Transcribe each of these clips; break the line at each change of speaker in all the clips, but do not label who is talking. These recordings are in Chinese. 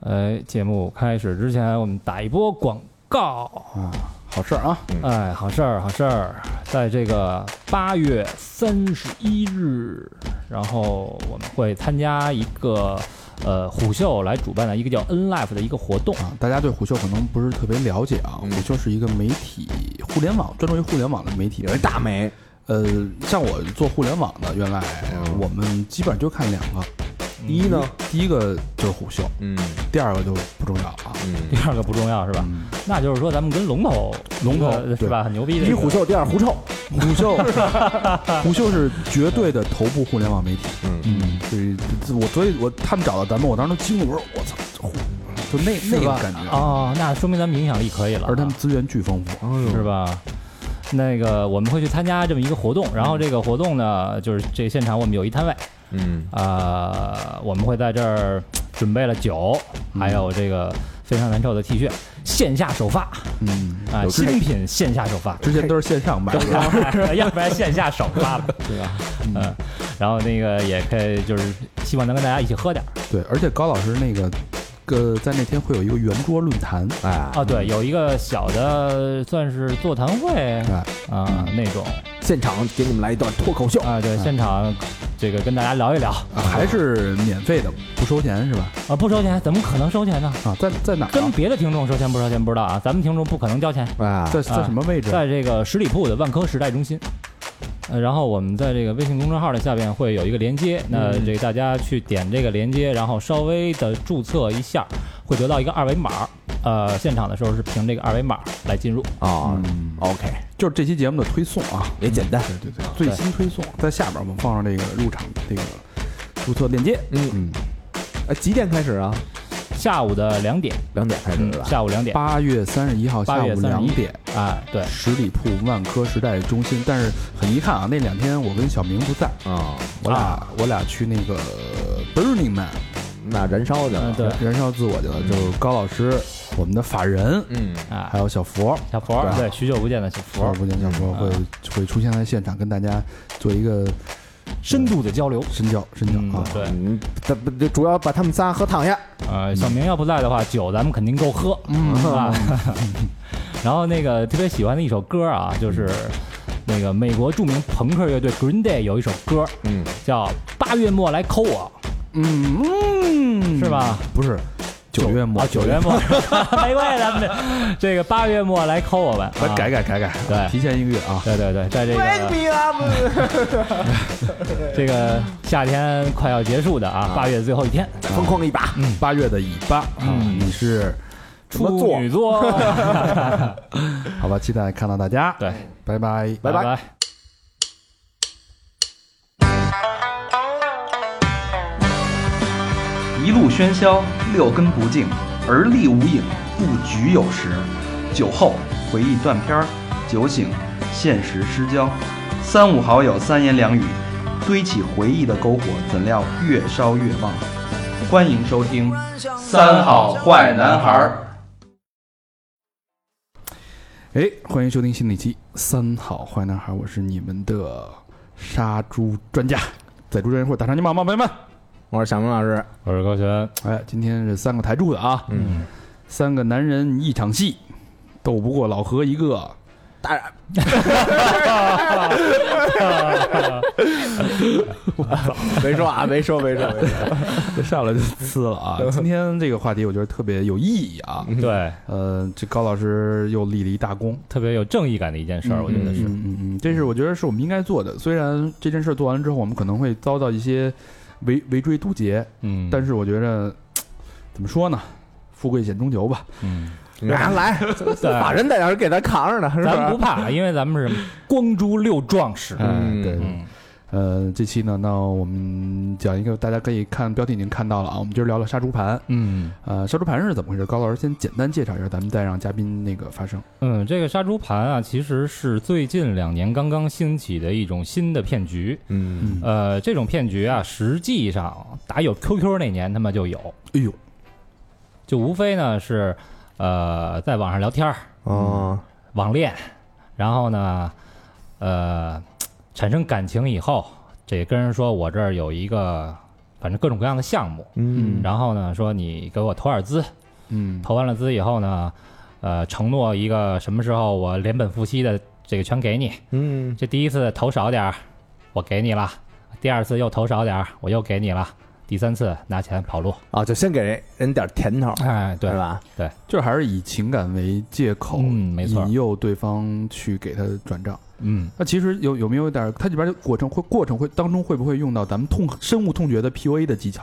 哎，节目开始之前，我们打一波广告。
好事儿啊，
哎，好事儿，好事儿，在这个八月三十一日，然后我们会参加一个呃虎嗅来主办的一个叫 N Life 的一个活动。
啊，大家对虎嗅可能不是特别了解啊。
嗯
虎嗅是一个媒体，互联网专注于互联网的媒体。
有一大美，
呃，像我做互联网的，原来
嗯
我们基本上就看两个，
第一呢，
第一个就是虎嗅，
嗯
第二个就不重要啊。
第
嗯，
二个不重要是吧？
嗯
那就是说咱们跟龙头
龙头
呃是吧？很牛逼的
第一虎
嗅，
嗅，第二狐臭，
虎嗅，虎嗅是绝对的头部互联网媒体。
嗯，
嗯，就是这我所以，我他们找到咱们，我当时都惊了，我说我操，这虎就那那
是
个
吧
感
啊
觉，
哦，那说明咱们影响力可以了啊，
而他们资源巨丰富。
是吧？那个我们会去参加这么一个活动，然后这个活动呢，就是这现场我们有一摊位，
嗯
呃，我们会在这儿准备了酒，还有这个非常难受的 T 恤，线下首发
嗯，，
啊、
有
新品线下首发
之前都是线上买的，
要不然线下首发吧， 对吧？嗯、然后那个也可以，就是希望能跟大家一起喝点儿
对，而且高老师那个，呃，在那天会有一个圆桌论坛，
哎，
啊。对，有一个小的算是座谈会
哎，
啊、那种
现场给你们来一段脱口秀，
啊，对，现场这个跟大家聊一聊
啊还是免费的，不收钱是吧？
啊，不收钱，怎么可能收钱呢？
啊，在在哪儿
跟
啊？
别的听众收钱不收钱不知道啊，咱们听众不可能交钱。
哎，
在在
啊
什么位置？
在这个十里铺的万科时代中心。呃，然后我们在这个微信公众号的下边会有一个连接，那这个大家去点这个连接，然后稍微的注册一下，会得到一个二维码。呃，现场的时候是凭这个二维码来进入。
啊
嗯
，OK，
就是这期节目的推送啊，
也简单，
对对对，最新推送在下边，我们放上这个入场这个注册链接。
嗯，
嗯，
哎，几点开始啊？
下午的两点，
两点开始
嗯
是，吧？
下午两点。
八月三十一号下
八月
午
三十
两
一
点，
啊，对，
十里铺万科时代中心。但是很遗憾啊，那两天我跟小明不在，
啊，
我俩、
啊
我俩去那个 Burning Man
那燃烧
嗯
去了，
对
燃烧自我去了，就是高老师，我们的法人，
嗯，
啊
还，有小佛。
小佛儿，
对
对，许久不见的小佛
高
儿嗯
尔，夫见小佛会会出现在现场，跟大家做一个
深度的交流。
深交深
嗯
交啊，。
对，
嗯，但不主要把他们仨喝躺下，
呃，小明要不在的话，酒咱们肯定够喝，嗯，是吧？
嗯
然后那个特别喜欢的一首歌啊，就是那个美国著名朋克乐队 Green Day 有一首歌
嗯，
叫《八月末来抠我
嗯，》，
是？吧？
不是，九月末
啊，九月，末， 没关系，咱们这这个八月末来抠我们，
咱
啊
改。改改改，
对
提前一个月啊。
对对对，在这个
嗯
这个夏天快要结束的啊，八月最后一天，
疯狂一把，
嗯
八月的尾巴啊，你是
怎么做
处女 座，
好吧？期待看到大家，
对，
拜拜。
拜拜
拜。
一路喧嚣，六根不净，而立无影，不局有时。酒后回忆断片儿，酒醒现实失焦。三五好友三言两语，堆起回忆的篝火，怎料越烧越旺。欢迎收听《三好坏男孩儿》。
哎，欢迎收听新的一期《三好坏男孩》，我是你们的杀猪专家，宰猪专家会打赏你们好吗，朋友们？
我是小明老师，
我是高璇，
哎，今天是三个台柱子啊，
嗯，
三个男人一场戏，斗不过老何一个。
大然， 没说啊，没说，没说，没说，
这上来就呲了 啊！今天这个话题我觉得特别有意义啊。
对，
呃，这高老师又立了一大功，
特别有正义感的一件事儿，我觉得是。
嗯嗯嗯，这是我觉得是我们应该做的。虽然这件事做完了之后，我们可能会遭到一些围围追堵截，
嗯，
但是我觉得嘖怎么说呢，富贵险中求吧。
嗯，
来来，把人在那儿给咱扛着呢，是
咱
吧
不？怕，因为咱们是光珠六壮 士。
嗯
哎对。
嗯，
呃，这期呢，那我们讲一个，大家可以看标题已经看到了啊。我们今儿聊聊杀猪盘。
嗯
呃，杀猪盘是怎么回事？高老师先简单介绍一下，咱们再让嘉宾那个发声。
嗯，这个杀猪盘啊，其实是最近两年刚刚兴起的一种新的骗局。
嗯，
嗯
呃，这种骗局啊，实际上打有 QQ 那年他妈就有，
哎呦，
就无非呢是呃在网上聊天儿、
哦，
网恋，然后呢呃产生感情以后，这跟人说我这儿有一个反正各种各样的项目。
嗯
然后呢，说你给我投点资，
嗯
投完了资以后呢，呃，承诺一个什么时候我连本付息的这个全给你。
嗯
这第一次投少点儿，我给你了；第二次又投少点儿，我又给你了；第三次拿钱跑路。
啊，就先给人人点甜头，
哎，对
是？吧？
就是还是以情感为借口，
嗯没错
引诱对方去给他转账。
嗯，
那其实有有没有点儿，它里边儿的过程会过程会当中会不会用到咱们痛深恶痛绝的 PUA 的技巧？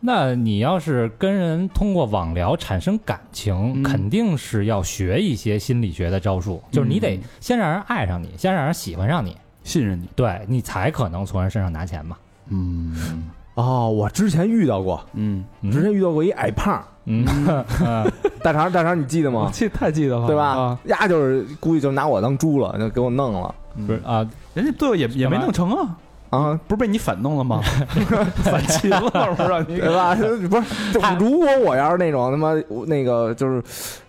那你要是跟人通过网聊产生感情，
嗯
肯定是要学一些心理学的招数，就是你得
嗯
先让人爱上你，先让人喜欢上你，
信任你，
对你才可能从人身上拿钱嘛。
嗯
哦，我之前遇到过，
嗯，
嗯
之前遇到过一矮胖
嗯，嗯
大肠，大肠你记得吗？
记太记得了
对吧
啊，？
呀，就是估计就拿我当猪了，就给我弄了
不是啊，
人家最后也也没弄成啊，
啊，
不是被你反弄了吗？反擒了，不 是让你
对 吧？不是，就如果我要是那种他妈那个就是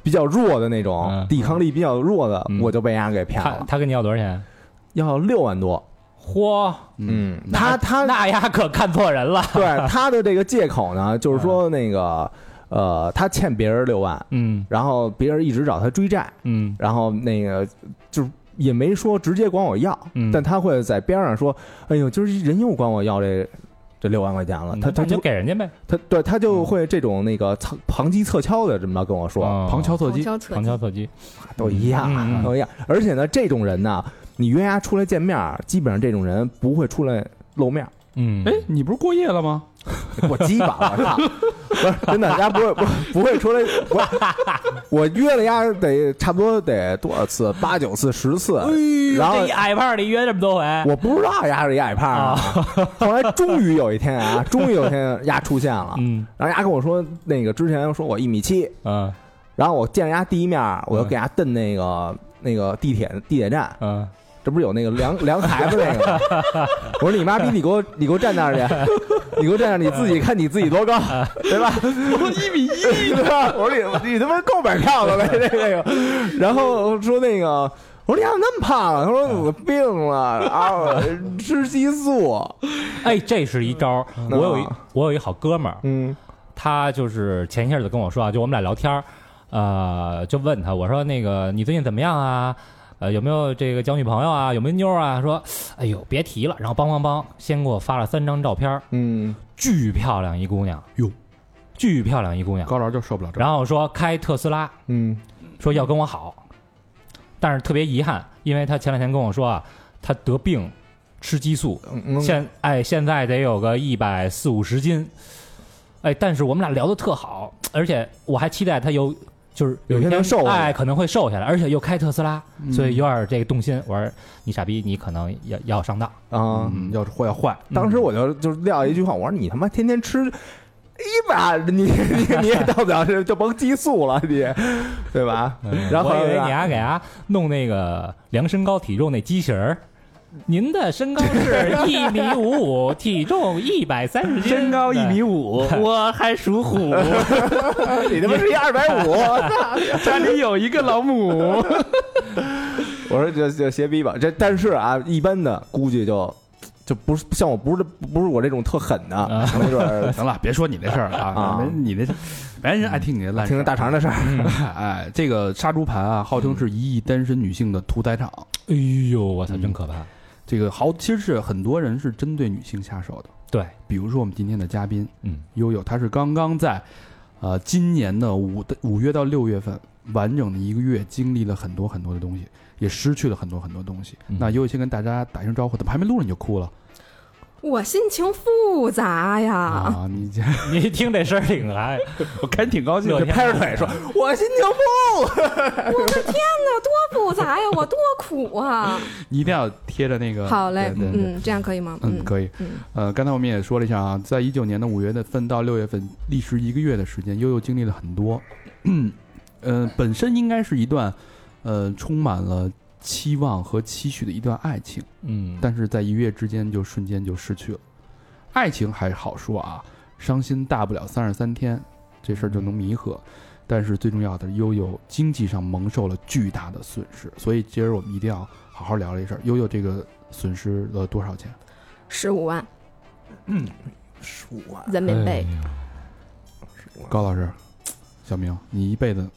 比较弱的那种
嗯，
抵抗力比较弱的
嗯，
我就被人家给骗
他
了，
他跟你要多少钱？
要六万多。
嚯，
嗯，他他
那丫可看错人了。
对 他的这个借口呢，就是说那个呃，他欠别人六万，
嗯
然后别人一直找他追债，
嗯
然后那个就是也没说直接管我要，
嗯
但他会在边上说：“哎呦，就是人又管我要这这六万块钱了。
嗯
他他
那就
就
给嗯人家呗，
他对他就会这种那个侧旁击侧敲的这么着跟我说，啊
哦
旁敲侧
旁
击，
敲侧
旁
击
敲侧击，
都一样，
嗯嗯
都一样。而且呢，这种人呢，你约他出来见面，基本上这种人不会出来露 面。
嗯，
哎，你不是过夜了吗？
我鸡巴，我操！不是真的，人家不会不不会出来。我我约了丫得差不多得多少次，八九次、十次。
哎
然后
这一矮胖儿你约这么多回，
我不知道丫是一矮胖啊。 后来终于有一天啊，终于有一天丫出现了，
嗯
然后丫跟我说那个之前说我一米七，
嗯
然后我见着丫第一面，我就给丫蹬那个。那个地铁地铁站，
嗯，
这不是有那个量 量孩子那个吗？我说你妈逼，你给我你给我站那儿去，你给我站那儿，你自己看你自己多高，对吧？
我一米一，
对吧？我说你你他妈够买票了呗，这个这个。然后说那个，我说你咋那么胖啊？他说我病了啊，吃激素。
哎，这是一招儿。我有一我有一好哥们儿，
嗯
他就是前一阵子跟我说啊，就我们俩聊天儿，呃，就问他，我说那个你最近怎么样啊？呃，有没有这个交女朋友啊？有没有妞儿啊？说，哎呦，别提了。然后梆梆梆，先给我发了三张照片儿，
嗯，
巨漂亮一姑娘，
哟，
巨漂亮一姑娘。
高老就受不了这，
然后说开特斯拉，
嗯，
说要跟我好，但是特别遗憾，因为他前两天跟我说啊，他得病，吃激素，
嗯
现哎现在得有个一百四五十斤，哎，但是我们俩聊得特好，而且我还期待他有就是
有一天能瘦下来
哎可能会瘦下来，而且又开特斯拉，所以有点这个动心。我说你傻逼，你可能要要上当。
啊，
嗯，要是坏要坏，
当时我就就撂一句话，我说你他妈天天吃。一把你你你也到不了这就甭激素了你，对吧？然后
嗯我以为你还给他弄那个量身高体重那机型儿。您的身高是一米五五，体重一百三十斤，身高一米五， 我还属虎，
你他妈是一二百 五，
家里有一个老母，
我说就就斜逼吧，这但是啊，一般的估计就就不是像我不是不是我这种特狠的，
啊
没 准儿
行了，别说你那事儿了啊，
啊
没你那事儿，没人爱听你那烂事
听
儿
着大肠的事儿，
哎，这个杀猪盘啊，号称是一亿单身女性的屠宰场。
哎呦，我操，真可怕！
这个好，其实是很多人是针对女性下手的，
对，
比如说我们今天的嘉宾
嗯
悠悠，她是刚刚在，呃，今年的五的五月到六月份，完整的一个月经历了很多很多的东西，也失去了很多很多东西。
嗯
那悠悠先跟大家打声招呼，怎么还没录上你就哭了
我心情复杂呀，
啊？你这
你一听这声儿挺嗨，
我看你挺 高兴
乐
的，
天
拍着腿说：“ 我心情不
我的天哪，多复杂 呀，我多苦啊！
你一定要贴着那个。
好嘞，
对对对
嗯，这样可以吗？
嗯，可以。
嗯
呃，刚才我们也说了一下啊，在一九年的五月份到六月份，历时一个月的时间，悠悠经历了很多。嗯，呃，本身应该是一段，呃，充满了期望和期许的一段爱情，
嗯，
但是在一月之间就瞬间就失去了。爱情还好说啊，伤心大不了三十三天，这事儿就能弥合。但是最重要的是，悠悠经济上蒙受了巨大的损失，所以今儿我们一定要好好聊这事儿。悠悠这个损失了多少钱？
十五万，
十五万，
人民
哎
币，
高老师，小明，你一辈子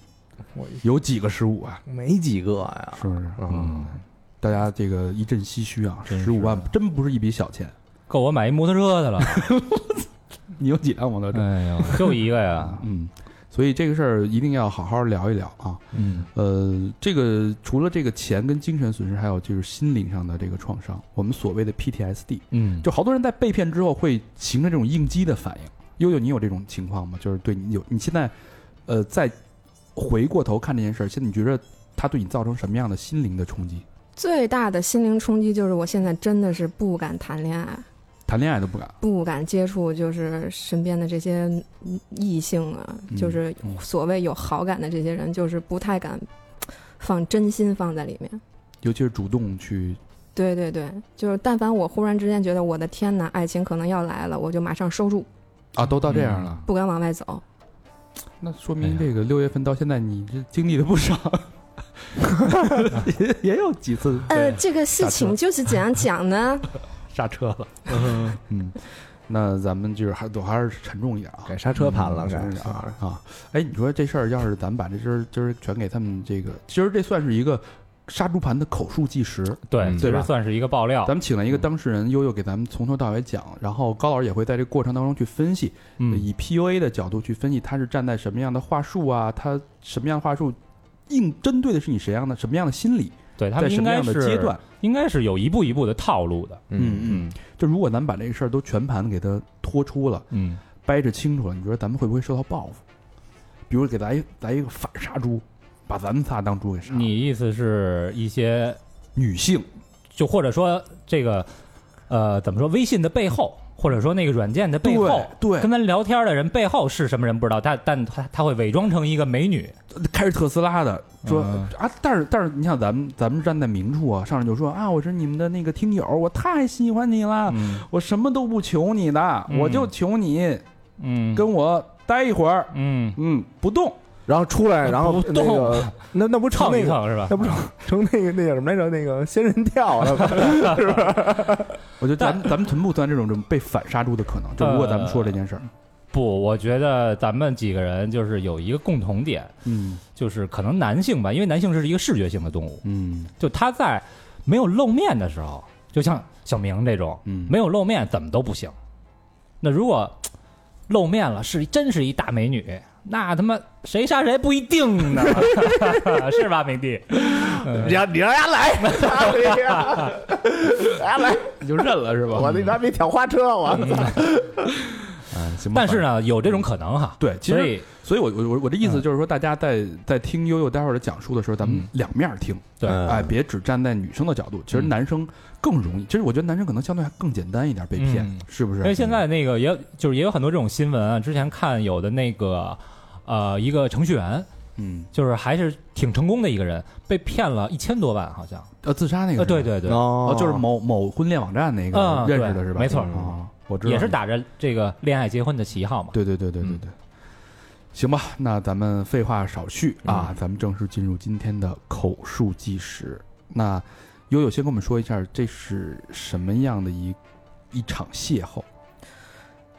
我
有几个十五啊？
没几个呀，
是不是？
嗯，
大家这个一阵唏嘘啊，
真是
十五万真不是一笔小钱。
够我买一摩托车的了。
你有几辆摩托车？
哎呦，就一个呀。
嗯，所以这个事儿一定要好好聊一聊啊。
嗯
呃，这个除了这个钱跟精神损失，还有就是心灵上的这个创伤，我们所谓的 PTSD，
嗯，
就好多人在被骗之后会形成这种应激的反应。悠悠，你有这种情况吗？就是对你有，你现在，呃，再回过头看这件事儿，现在你觉得它对你造成什么样的心灵的冲击？
最大的心灵冲击就是我现在真的是不敢谈恋爱，
谈恋爱都不敢，
不敢接触就是身边的这些嗯异性啊，
嗯
就是
嗯
所谓有好感的这些人，就是不太敢放真心放在里面。
尤其是主动去，
对对对，就是但凡我忽然之间觉得我的天哪，爱情可能要来了，我就马上收住，
啊，都到这样了，
不敢往外走。
那说
哎
明
呀
这个六月份到现在你这经历了不少，也也有几次
呃，
对
这个事情就是怎样讲呢？
刹车了。嗯，那咱们就是还都还是沉重一点啊，
改刹车盘了，
嗯
改
沉重一点啊啊！哎，你说这事儿要是咱们把这今儿今儿全给他们这个，其实这算是一个杀猪盘的口述纪实。
对，
嗯
其
对
实
吧
算是一个爆料
咱。们请了一个当事人悠悠给咱们从头到尾讲，然后高老师也会在这个过程当中去分析，
嗯，
以 PUA 的角度去分析，他是站在什么样的话术啊，他什么样的话术应针对的是你什么样的什么样的心理，
对他
在
们
什
应
么
该
样的
是
阶段，
应该是有一步一步的套路的。
嗯嗯，就如果咱们把这个事儿都全盘给它拖出了，
嗯，
掰扯清楚了，你觉得咱们会不会受到报复？比如给咱一来一个反杀猪，把咱们仨当猪给杀了。
你意思是一些，
女性
就或者说这个，呃，怎么说？微信的背后，或者说那个软件的背后，
对
跟咱聊天的人背后是什么人不知道，但但他他会伪装成一个美女。
开着特斯拉的说、
嗯
啊，但是但是你想咱们咱们站在明处啊，上来就说啊，我是你们的那个听友，我太喜欢你了，
嗯
我什么都不求你的，
嗯
我就求你
嗯，
跟我待一会儿，
嗯
嗯，不动，
然后出来，然后
不
那
动
个，那那不成
蹭
那
一
个，
蹭是吧？
那不成成那个那叫什么来着？那个仙人跳啊 了，
我觉得咱们咱们存不存这种这种被反杀猪的可能？就如果咱们说这件事儿，
不，我觉得咱们几个人就是有一个共同点，
嗯
就是可能男性吧，因为男性是一个视觉性的动物，
嗯
就他在没有露面的时候，就像小明这种，
嗯，
没有露面怎么都不行。那如果嘖露面了，是真是一大美女，那他妈谁杀谁不一定 呢，是吧，明帝？
你让你让 丫来，丫来，
你就认了是吧？
我那还没挑花车，我
嗯
哦
哎，行吧。
但是呢，有这种可能哈。
对，其
所
实
以
所以我，我我我的意思就是说，大家在在听悠悠待会儿的讲述的时候，咱们
嗯
两面儿听，
对
嗯
哎，别只站在女生的角度。其实
嗯
男生更容易，其实我觉得男生可能相对还更简单一点被骗，
嗯
是不是？
因为现在那个也有就是也有很多这种新闻啊，之前看有的那个呃一个程序员，
嗯，
就是还是挺成功的一个人，被骗了一千多万好像。
呃，自杀那个
呃，
是吧，
对对对，
哦，
哦
就是某某婚恋网站那个
嗯
认识的是
对
吧？
没错
啊，我知道
也是打嗯着这个恋爱结婚的旗号嘛。
对对对对对对。行吧，那咱们废话少叙啊，
嗯
咱们正式进入今天的口述纪实。那悠悠先跟我们说一下，这是什么样的一一场邂逅？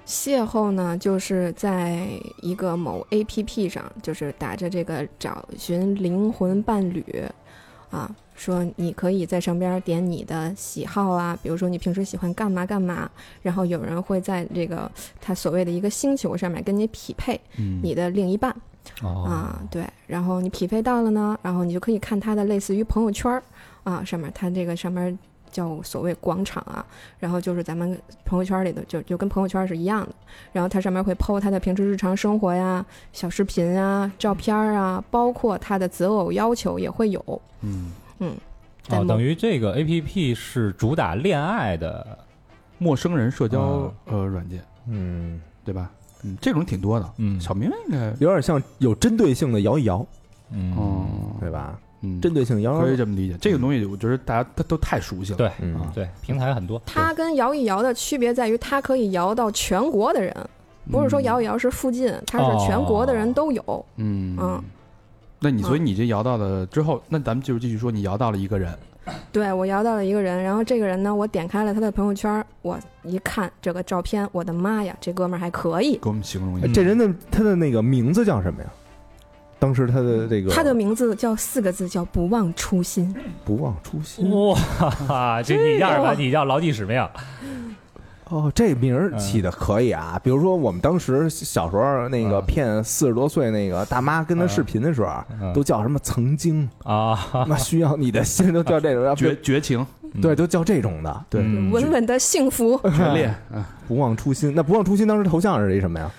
邂逅呢，就是在一个某 APP 上，就是打着这个找寻灵魂伴侣，啊，说你可以在上边点你的喜好啊，比如说你平时喜欢干嘛干嘛，然后有人会在这个他所谓的一个星球上面跟你匹配
嗯
你的另一半
哦
啊，对，然后你匹配到了呢，然后你就可以看他的类似于朋友圈儿啊，上面他这个上面叫所谓广场啊，然后就是咱们朋友圈里的就就跟朋友圈是一样的，然后它上面会 PO 他的平时日常生活呀、小视频啊、照片儿啊，包括他的择偶要求也会有。
嗯，
在
哦，
某
等于这个 A P P 是主打恋爱的，
陌生人社交、呃软件，
嗯，
对吧？嗯，这种挺多的。
嗯
小明应该，
有点像有针对性的摇一摇，
嗯，
嗯
对吧？
嗯，
针对性摇
可以
一摇，
这么理解。这个东西，我觉得大家他都太熟悉了。
对
嗯
啊，
对，平台很多，
它跟摇一摇的区别在于，它可以摇到全国的人，不是说摇一摇是附近，它是全国的人都有。
嗯，
嗯
那你所以你这摇到了之后，那咱们就是继续说，你摇到了一个人，
对我摇到了一个人，然后这个人呢，我点开了他的朋友圈，我一看这个照片，我的妈呀，这哥们儿还可以。
给我们形容一
哎
嗯
下。
这人的他的那个名字叫什么呀？当时他的这个
啊
他的名字叫四个字，叫不忘初心。
不忘初心
哇，这你要是把你要牢记使命，
哦，这名儿起的可以啊。比如说我们当时小时候那个
嗯
骗四十多岁那个大妈跟他视频的时候，啊
嗯
都叫什么曾经，
啊，
那需要你的心都叫这种，要不
绝绝 情，
对，都叫这种的，
对
嗯
稳稳的幸福。
绝恋，
不忘初心。那不忘初心当时头像是一什么呀？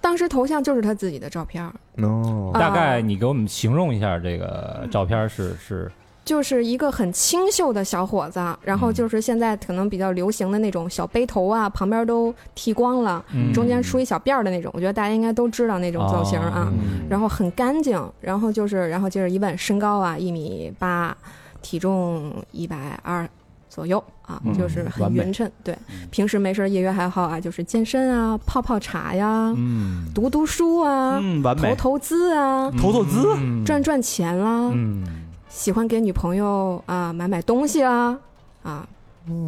当时头像就是他自己的照片儿，
哦，
大概你给我们形容一下这个照片是是
就是一个很清秀的小伙子，然
嗯
后就是现在可能比较流行的那种小背头啊，旁边都剃光了，
嗯
中间梳一小辫儿的那种，我觉得大家应该都知道那种造型
哦
啊。
嗯
然后很干净，然后就是，然后接着一问，身高啊一米八，体重一百二左右啊，
嗯
就是
完
很
美
匀称。对，平时没事儿业余爱好啊，就是健身啊，泡泡茶呀，
嗯
读读书啊，
嗯，完
投
美，
投资啊，
投投资，
嗯
赚赚钱啦，
嗯
喜欢给女朋友啊买买东西啊，啊，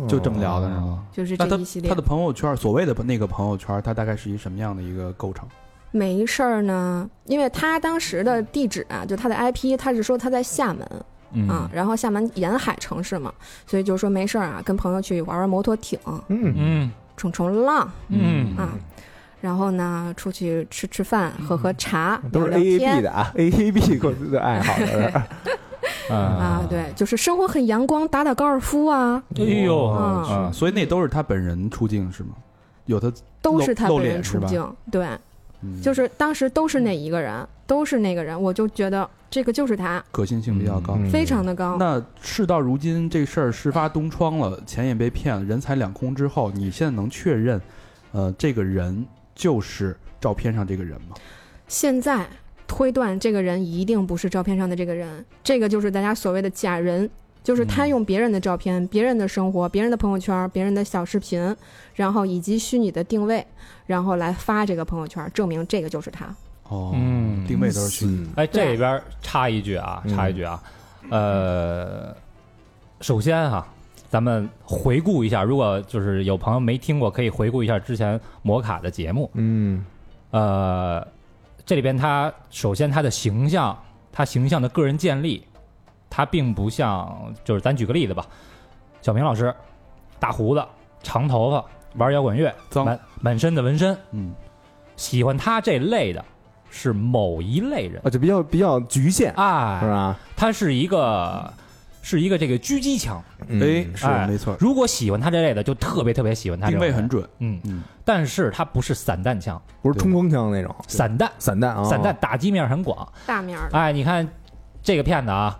就这么聊的是嗯吗？
就是
那他
这一系列
哦他的。朋友圈，所谓的那个朋友圈，他大概是一什么样的一个构成？
没事儿呢，因为他当时的地址啊，就他的 IP，他是说他在厦门，
嗯
啊，然后厦门沿海城市嘛，所以就说没事儿啊，跟朋友去玩玩摩托艇、
嗯，
嗯
冲冲浪，
嗯
啊然后呢出去吃吃饭、喝喝茶、
都是
聊
A A B
聊天
的啊，A A B 的爱好的。
啊
啊，
对，就是生活很阳光，打打高尔夫啊，
哎呦
嗯
啊，
所以那都是他本人出镜是吗？有他，
都
露
是他
露
本
脸
人
是
出
吧
镜，对，
嗯
就是当时都是那一个人，都是那个人，我就觉得这个就是他，
可信性比较高。
嗯
啊非常的高。
那事到如今，这事儿事发东窗了，钱也被骗了，人财两空之后，你现在能确认，呃，这个人就是照片上这个人吗？
现在推断这个人一定不是照片上的这个人，这个就是大家所谓的假人，就是他用别人的照片、别人的生活、别人的朋友圈、别人的小视频，然后以及虚拟的定位，然后来发这个朋友圈，证明这个就是他。
哦，
嗯
定位都是虚拟。
哎，这里边儿插一句啊，
嗯
插一句啊，呃，首先哈、咱们回顾一下，如果就是有朋友没听过，可以回顾一下之前摩卡的节目。
嗯
呃，这里边他首先他的形象，他形象的个人建立，他并不像就是咱举个例子吧，小明老师，大胡子，长头发，玩摇滚乐，
脏
满满身的纹身，
嗯，
喜欢他这类的是某一类人。
啊，就比较比较局限，
哎
是，吧？
他是一个是一个这个狙击枪。
嗯
哎，是
哎
没错，
如果喜欢他这类的，就特别特别喜欢他这
定
种人。
位很准。
嗯，
嗯，
但是他不是散弹枪，
不是冲锋枪那种
散弹
散弹
哦
啊，
散弹打击面很广。
大面儿，
哎，你看这个骗子啊，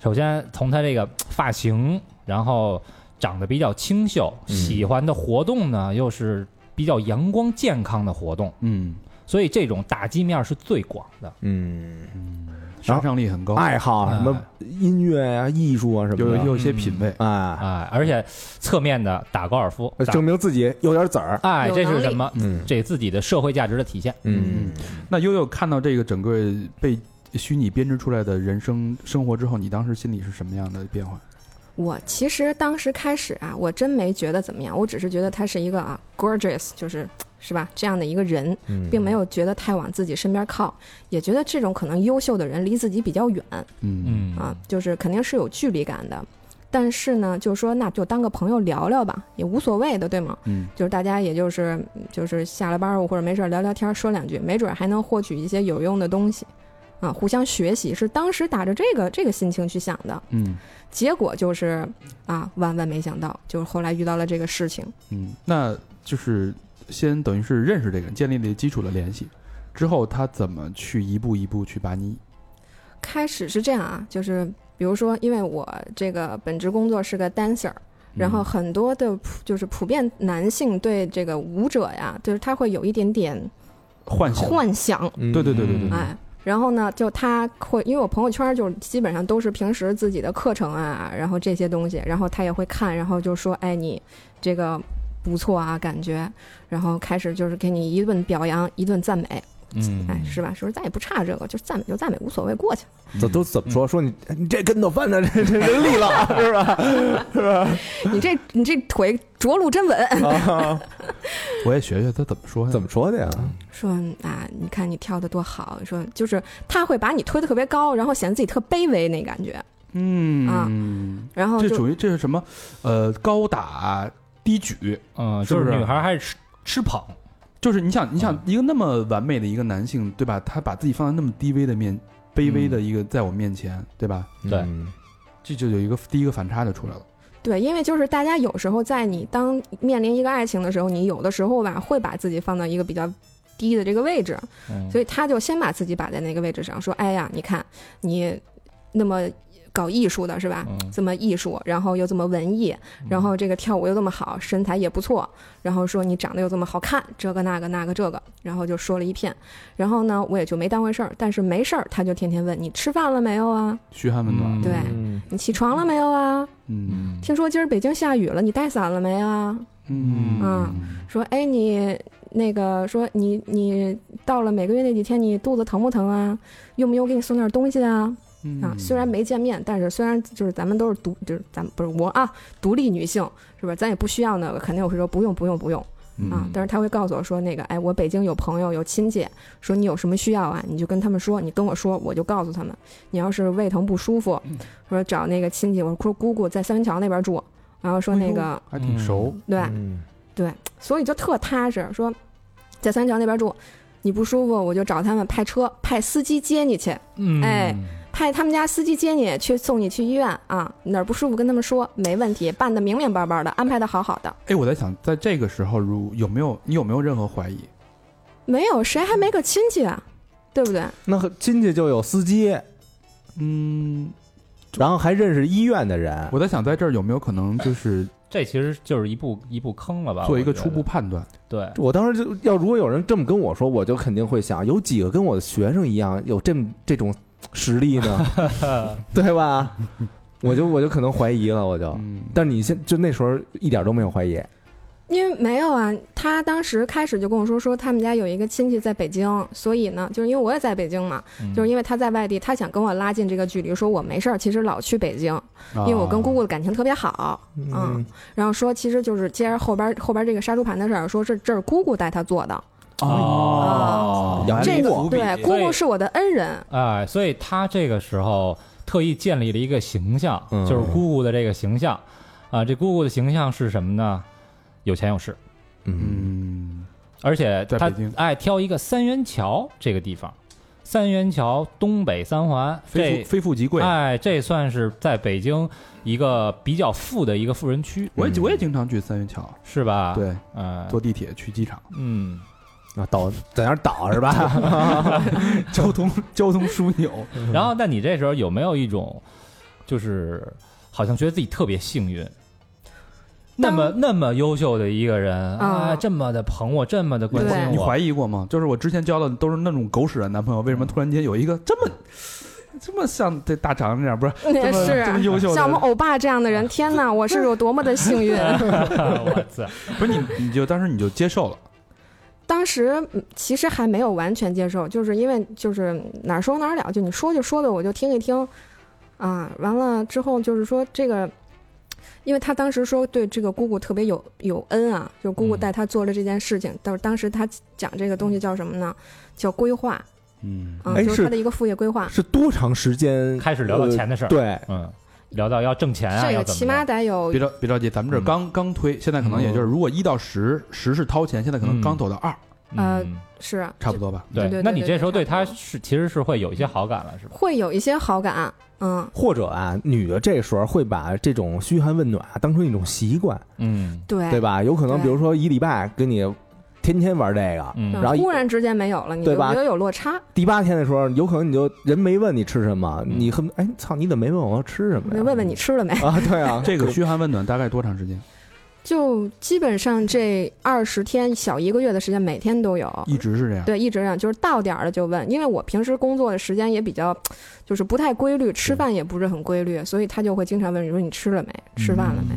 首先从他这个发型，然后长得比较清秀，
嗯
喜欢的活动呢又是比较阳光健康的活动，
嗯，
所以这种打击面是最广的。
嗯，
杀伤力很高，
爱好
哎
什么音乐呀、艺术啊什
有
么
嗯
有
的，
有些品味。
哎，
哎，而且侧面的打高尔夫，
呃
打
证明自己有点子儿。
哎，
有
这
能
是
力
什么？
嗯
这自己的社会价值的体现。
嗯，
那悠悠看到这个整个被虚拟编织出来的人生生活之后，你当时心里是什么样的变化？
我其实当时开始啊，我真没觉得怎么样，我只是觉得他是一个啊 gorgeous，就是是吧这样的一个人，
嗯
并没有觉得太往自己身边靠，也觉得这种可能优秀的人离自己比较远。
嗯
嗯
啊，就是肯定是有距离感的。但是呢，就说那就当个朋友聊聊吧，也无所谓的，对吗？
嗯
就是大家也就是就是下了班儿或者没事儿聊聊天儿，说两句，没准儿还能获取一些有用的东西，啊，互相学习是当时打着这个这个心情去想的。
嗯
结果就是啊，万万没想到，就是后来遇到了这个事情。
嗯，那就是先等于是认识这个人，建立了基础的联系，之后他怎么去一步一步去把你
开始是这样啊，就是比如说，因为我这个本职工作是个 dancer，然
嗯
后很多的普就是普遍男性对这个舞者呀，就是他会有一点点
唤醒？
幻想，
对对对对对，
嗯
对
哎。然后呢，就他会，因为我朋友圈就是基本上都是平时自己的课程啊，然后这些东西，然后他也会看，然后就说：“哎，你这个不错啊，感觉。”然后开始就是给你一顿表扬，一顿赞美，
嗯，
哎，是吧？是不是咱也不差这个，就赞美就赞美，无所谓，过去。
这都怎么说？说你你这跟头翻的这这人利了 是吧？
你这你这腿着陆真稳。
啊，
我也学学他怎么说呀？
怎么说的呀？
说啊，你看你跳的多好。说就是他会把你推得特别高，然后显得自己特卑微那感觉，
嗯，
然后
这
啊哦就
属于这是什么？呃，高打低举，
嗯，
是
就
不
是
是
女孩还是吃吃捧，
就是你想，你想
嗯
一个那么完美的一个男性，对吧？他把自己放在那么低微的面，卑微的一个在我面前，对吧？
对
嗯
这就有一个第一个反差就出来了。
对，因为就是大家有时候在你当面临一个爱情的时候，你有的时候吧会把自己放到一个比较低的这个位置，
嗯
所以他就先把自己摆在那个位置上，说：“哎呀，你看你那么搞艺术的是吧？
嗯
这么艺术，然后又这么文艺，然后这个跳舞又这么好，身材也不错，然后说你长得又这么好看，这个那个那个这个，然后就说了一片。然后呢，我也就没当回事儿，但是没事儿他就天天问你吃饭了没有啊？
嘘寒问暖，
嗯
对
嗯
你起床了没有啊？
嗯
嗯
听说今儿北京下雨了，你带伞了没啊？
嗯
嗯说哎你那个说你你到了每个月那几天你肚子疼不疼啊？用不用给你送点东西啊？
嗯
啊，虽然没见面，但是虽然就是咱们都是独就是咱们不是我啊，独立女性是吧？咱也不需要那个，肯定我会说不用不用不用
嗯
嗯
啊。但是他会告诉我说那个哎，我北京有朋友有亲戚，说你有什么需要啊，你就跟他们说，你跟我说，我就告诉他们。你要是胃疼不舒服，说找那个亲戚，我说姑姑在三元桥那边住，然后说那个
还挺熟，
对，
嗯
所以就特踏实，说在三桥那边住，你不舒服我就找他们派车，派司机接你去，
嗯
哎，派他们家司机接你去送你去医院啊，哪儿不舒服跟他们说，没问题，办的明明白白的，安排的好好的，
哎，我在想，在这个时候，如有没有你有没有任何怀疑？
没有谁还没个亲戚啊，对不对？
那和亲戚就有司机，
嗯，
然后还认识医院的人。
我在想，在这儿有没有可能就是
这其实就是一步一步坑了吧？
做一个
我觉
初
得啊
步判断？
对，
我当时就要，如果有人这么跟我说，我就肯定会想，有几个跟我的学生一样有这么这种实力呢， 对吧？我就我就可能怀疑了，我就。
嗯，
但你现就那时候一点都没有怀疑，
因为没有啊，他当时开始就跟我说说他们家有一个亲戚在北京，所以呢，就是因为我也在北京嘛，就是因为他在外地，他想跟我拉近这个距离，说我没事儿，其实老去北京，因为我跟姑
啊
姑的感情特别好，嗯，然后说其实就是接着后边后边这个杀猪盘的事儿，说这这是姑姑带他做的，啊
哦
杨
这个
过
对，姑姑是我的恩人，
哎，所以他这个时候特意建立了一个形象，
嗯
就是姑姑的这个形象啊。这姑姑的形象是什么呢？有钱有势，
嗯，
嗯，
而且
在
他
北京
爱挑一个三元桥这个地方，三元桥东北三环，
非
这
富非富即贵。
哎，这算是在北京一个比较富的一个富人区，
我也我也经常去三元桥，
是吧？，
对，
嗯、
坐地铁去机场，
嗯，
啊，倒在那儿倒是 吧？
交通交通枢纽。
然后，那你这时候有没有一种，就是好像觉得自己特别幸运，那么那么优秀的一个人
啊
啊，这么的捧我，这么的关
对
心
你
我，
怀疑过吗？就是我之前交的都是那种狗屎的男朋友，为什么突然间有一个这么这么像这大肠这样，不是这么
哎是啊
这么优秀的？啊
像我们欧巴这样的人，天哪，我是有多么的 幸运。
我操，
不是你，你就当时你就接受了，
当时嗯其实还没有完全接受，就是因为就是哪儿说哪儿了，就你说就说呗，我就听一听，啊，完了之后就是说这个，因为他当时说对这个姑姑特别有有恩啊，就姑姑
嗯
带他做了这件事情，但是当时他讲这个东西叫什么呢？叫规划
嗯
啊，
哎
就是
是
他的一个副业规划，
是多长时间？
开始聊到钱的事儿，
呃，对，
嗯，聊到要挣钱啊，
这
要
个
怎
起
么
码
样
得有
别着别着急，咱们这儿刚刚推，现在可能也就是如果一到十，十是掏钱，现在可能刚走到二，
呃
嗯
是
差不多吧。
对对
那
对
你
对
这时候对
差
他
不多
是其实是会有一些好感了，是吧？
会有一些好感，嗯，
或者啊，女的这时候会把这种嘘寒问暖啊当成一种习惯，
嗯
对
对吧？有可能
哎对
比如说一礼拜跟你天天玩这个，
嗯，
嗯
然后一
突然之间没有了，你就
对吧
觉得有落差，
第八天的时候，有可能你就人没问你吃什么，
嗯
你恨不哎操，你怎么没问我要吃什么
我
呀
就？问问你吃了没。
啊，对啊，
这个嘘寒问暖大概多长时间？
就基本上这二十天小一个月的时间，每天都有。
一直是这样。
对，一直这样，就是到点儿了就问，因为我平时工作的时间也比较，就是不太规律，吃饭也不是很规律，所以他就会经常问你说你吃了没，吃饭了没？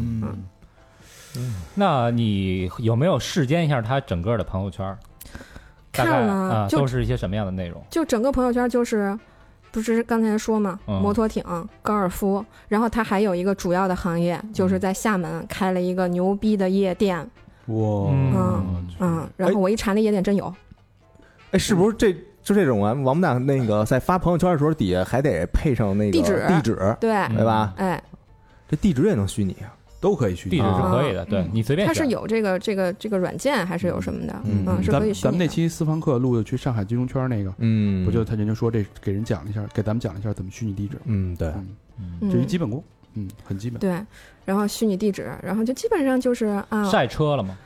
嗯，
那你有没有试奸一下他整个的朋友圈？大概
看了
啊、
就
都是一些什么样的内容？
就整个朋友圈就是，不是刚才说嘛，
嗯
摩托艇、高尔夫，然后他还有一个主要的行业，就是在厦门开了一个牛逼的夜店，
哇
嗯
嗯，然后我一查那夜店真有，
哎，是不是这就这种啊？王八蛋那个在发朋友圈的时候，底下还得配上那个
地址
地址
对，
嗯
对吧？
哎，
这地址也能虚拟啊？
都可以去
地址是
啊
可以的，对你随便
它
选。
嗯是有这个这个这个软件还是有什么的，
嗯
嗯，是
咱
可
们
以虚
咱
拟
们那
的。
期私房课录的去上海金融圈那个，
嗯
不就他人家说这给人讲了一下，给咱们讲了一下怎么虚拟地址，
嗯对，
嗯，
嗯
嗯
这一基本功，嗯，很基本。
对，然后虚拟地址，然后就基本上就是啊，
晒车了吗？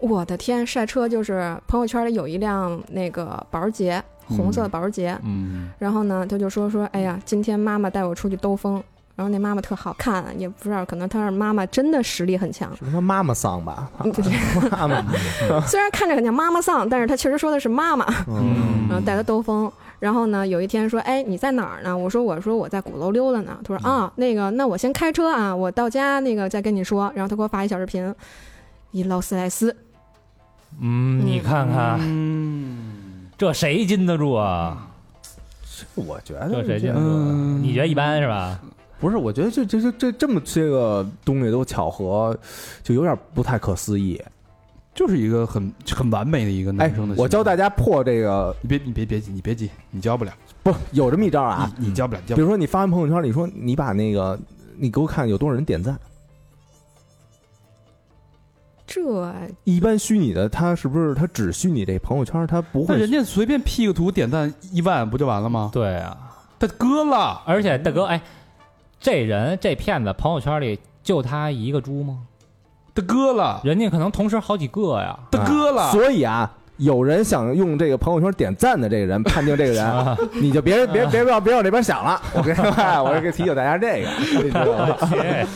我的天，晒车就是朋友圈里有一辆那个保时捷，红色的保时捷，
嗯，
然后呢，他就说说，哎呀，今天妈妈带我出去兜风，然后那妈妈特好看，也不知道，可能她是妈妈真的实力很强
是他妈妈桑吧？
啊
嗯就是
妈妈，
虽然看着很像妈妈桑，但是她确实说的是妈妈，
嗯
然后带她兜风。然后呢，有一天说，哎，你在哪儿呢？我说，我说我在鼓楼溜达呢。他说
嗯
啊，那个，那我先开车啊，我到家那个再跟你说。然后他给我发一小视频，一劳斯莱斯，
嗯，你看看、
嗯
这谁禁得住啊？
我觉
这
得
谁禁
这
得住啊、
嗯
你觉得一般是吧？
不是，我觉得这这这这这么些个东西都巧合，就有点不太可思议。
就是一个很很完美的一个
哎
男生的。，
我教大，家破这个，
你别你别别急，你别急，你教不了
不有这么一招啊？
你你教不了，你教
比
不了。
如说你发完朋友圈，你说你把那个，你给我看有多少人点赞。
这
一般虚拟的，它是不是它只虚拟这朋友圈，它不
那
会
人家随便 P 个图点赞一万不就完了吗？
对啊，
他割了，
而且大哥，哎，这人这骗子朋友圈里就他一个猪吗？
他割了，
人家可能同时好几个 呀。
他割了。
所以啊，有人想用这个朋友圈点赞的这个人判定这个人， 你就别别别往别往这边想了。我跟你说，哎我给提醒大家这个，你知道吗？
哎，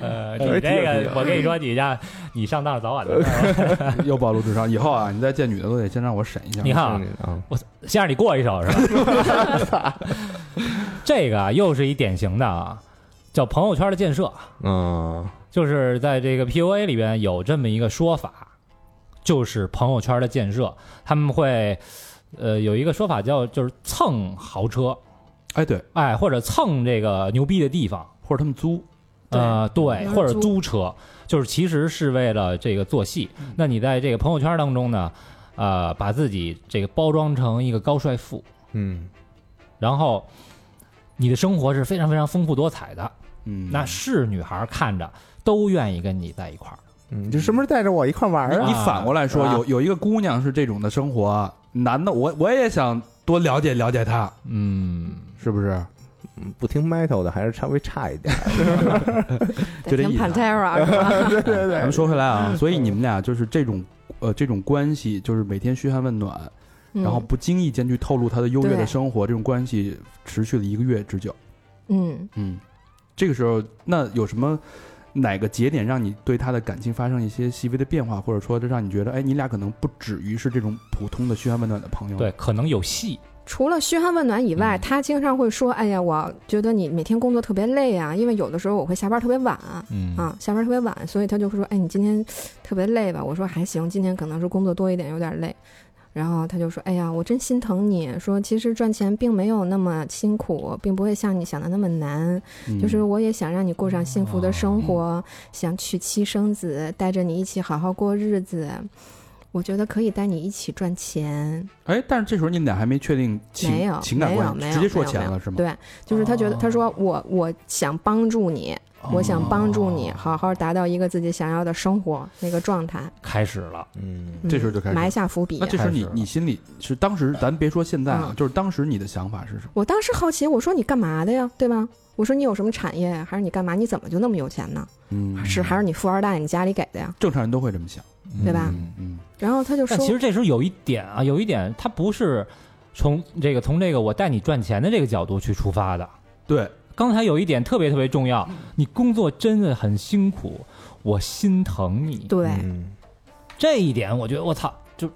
呃，你这个，嗯我跟你说，你让你上当是早晚的。
又暴露智商。以后啊，你再见女的都得先让我审一下。
你看啊，
啊，
先让你过一手是 吧？这个啊，又是一典型的啊，叫朋友圈的建设，
嗯，
就是在这个 PUA 里边有这么一个说法，就是朋友圈的建设，他们会呃有一个说法叫就是蹭豪车，
哎，对，
哎，或者蹭这个牛逼的地方，
或者他们租，
呃，对，
有人
或者
租
租车，就是其实是为了这个做戏。那你在这个朋友圈当中呢，呃，把自己这个包装成一个高帅富，
嗯，
然后你的生活是非常非常丰富多彩的，
嗯，
那是女孩看着都愿意跟你在一块儿。
你这是不是带着我一块玩
啊
你反过来说，
是吧
有有一个姑娘是这种的生活，男的我我也想多了解了解她，
嗯，
是不是？
嗯不听 metal 的还是稍微差一点。
得
就这
听
意思啊
Pantera 是吧？
咱们说回来啊，所以你们俩就是这种呃这种关系，就是每天嘘寒问暖，
嗯
然后不经意间去透露她的优越的
对
生活，这种关系持续了一个月之久。
嗯。嗯
嗯，这个时候那有什么？哪个节点让你对她的感情发生一些细微的变化，或者说这让你觉得，哎，你俩可能不止于是这种普通的嘘寒问暖的朋友？
对，，可能有戏。
除了嘘寒问暖以
嗯
外，他经常会说：“哎呀，我觉得你每天工作特别累啊，因为有的时候我会下班特别晚啊，
嗯
啊下班特别晚，所以他就会说：‘哎，你今天特别累吧？’我说：‘还行，今天可能是工作多一点，有点累。’然后他就说：‘哎呀，我真心疼你，说其实赚钱并没有那么辛苦，并不会像你想的那么难，
嗯、哦
就是我也想让你过上幸福的生活，想娶妻生子，带着你一起好好过日子。我觉得可以带你一起赚钱。’
哎，但是这时候你们俩还没确定情
没有
情感
没有
关
没
系，
有
直接说
没有
钱
没有
了是吗？哦
对，就是他觉得他说我我想帮助你，我想帮助
哦
你好好达到一个自己想要的生活那个状态。
开始了，
嗯
嗯
这时候就开始
埋下伏笔
那。这时候你你心里是当时，咱别说现在啊，
嗯
就是当时你的想法是什么？
我当时好奇，我说你干嘛的呀？对吧？我说你有什么产业呀？还是你干嘛？你怎么就那么有钱呢？
嗯
是还是你富二代？你家里给的呀？
正常人都会这么想，
对吧？
嗯嗯，
然后他就说
但，其实这时候有一点啊，有一点，他不是从这个从这个我带你赚钱的这个角度去出发的。
对，
刚才有一点特别特别重
嗯
要，你工作真的很辛苦，我心疼你。
对，
嗯
这一点，我觉得我操，就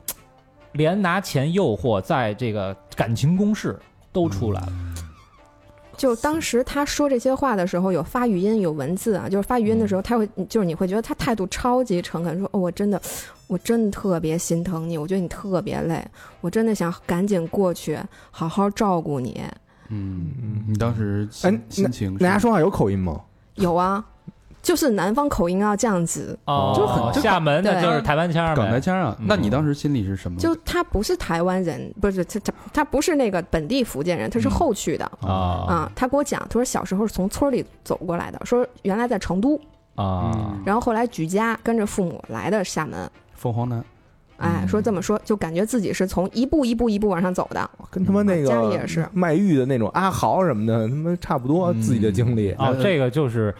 连拿钱诱惑，在这个感情攻势都出来了。
就当时他说这些话的时候，有发语音，有文字啊，就是发语音的时候，他会就是你会觉得他态度超级诚恳，说哦，我真的我真的特别心疼你，我觉得你特别累，我真的想赶紧过去好好照顾你。
嗯，你当时
哎
心心情是
大家说话有口音吗？
有啊，就是南方口音啊，这样子。
哦，
嗯就很就
厦门的
对
就是台湾腔儿呗，
港台腔啊？
嗯
那你当时心里是什么？
就他不是台湾人，不是他他他不是那个本地福建人，他是
嗯
后去的。
啊
啊，他给我讲，他说小时候是从村里走过来的，说原来在成都，
啊
嗯
然后后来举家跟着父母来的厦门，
凤凰男，
哎，说这么说就感觉自己是从一步一步一步往上走的，
跟他妈那
嗯家里
个
也是
卖玉的那种阿豪什么的，他妈差不多
嗯
自己的经历。
哦，这个就是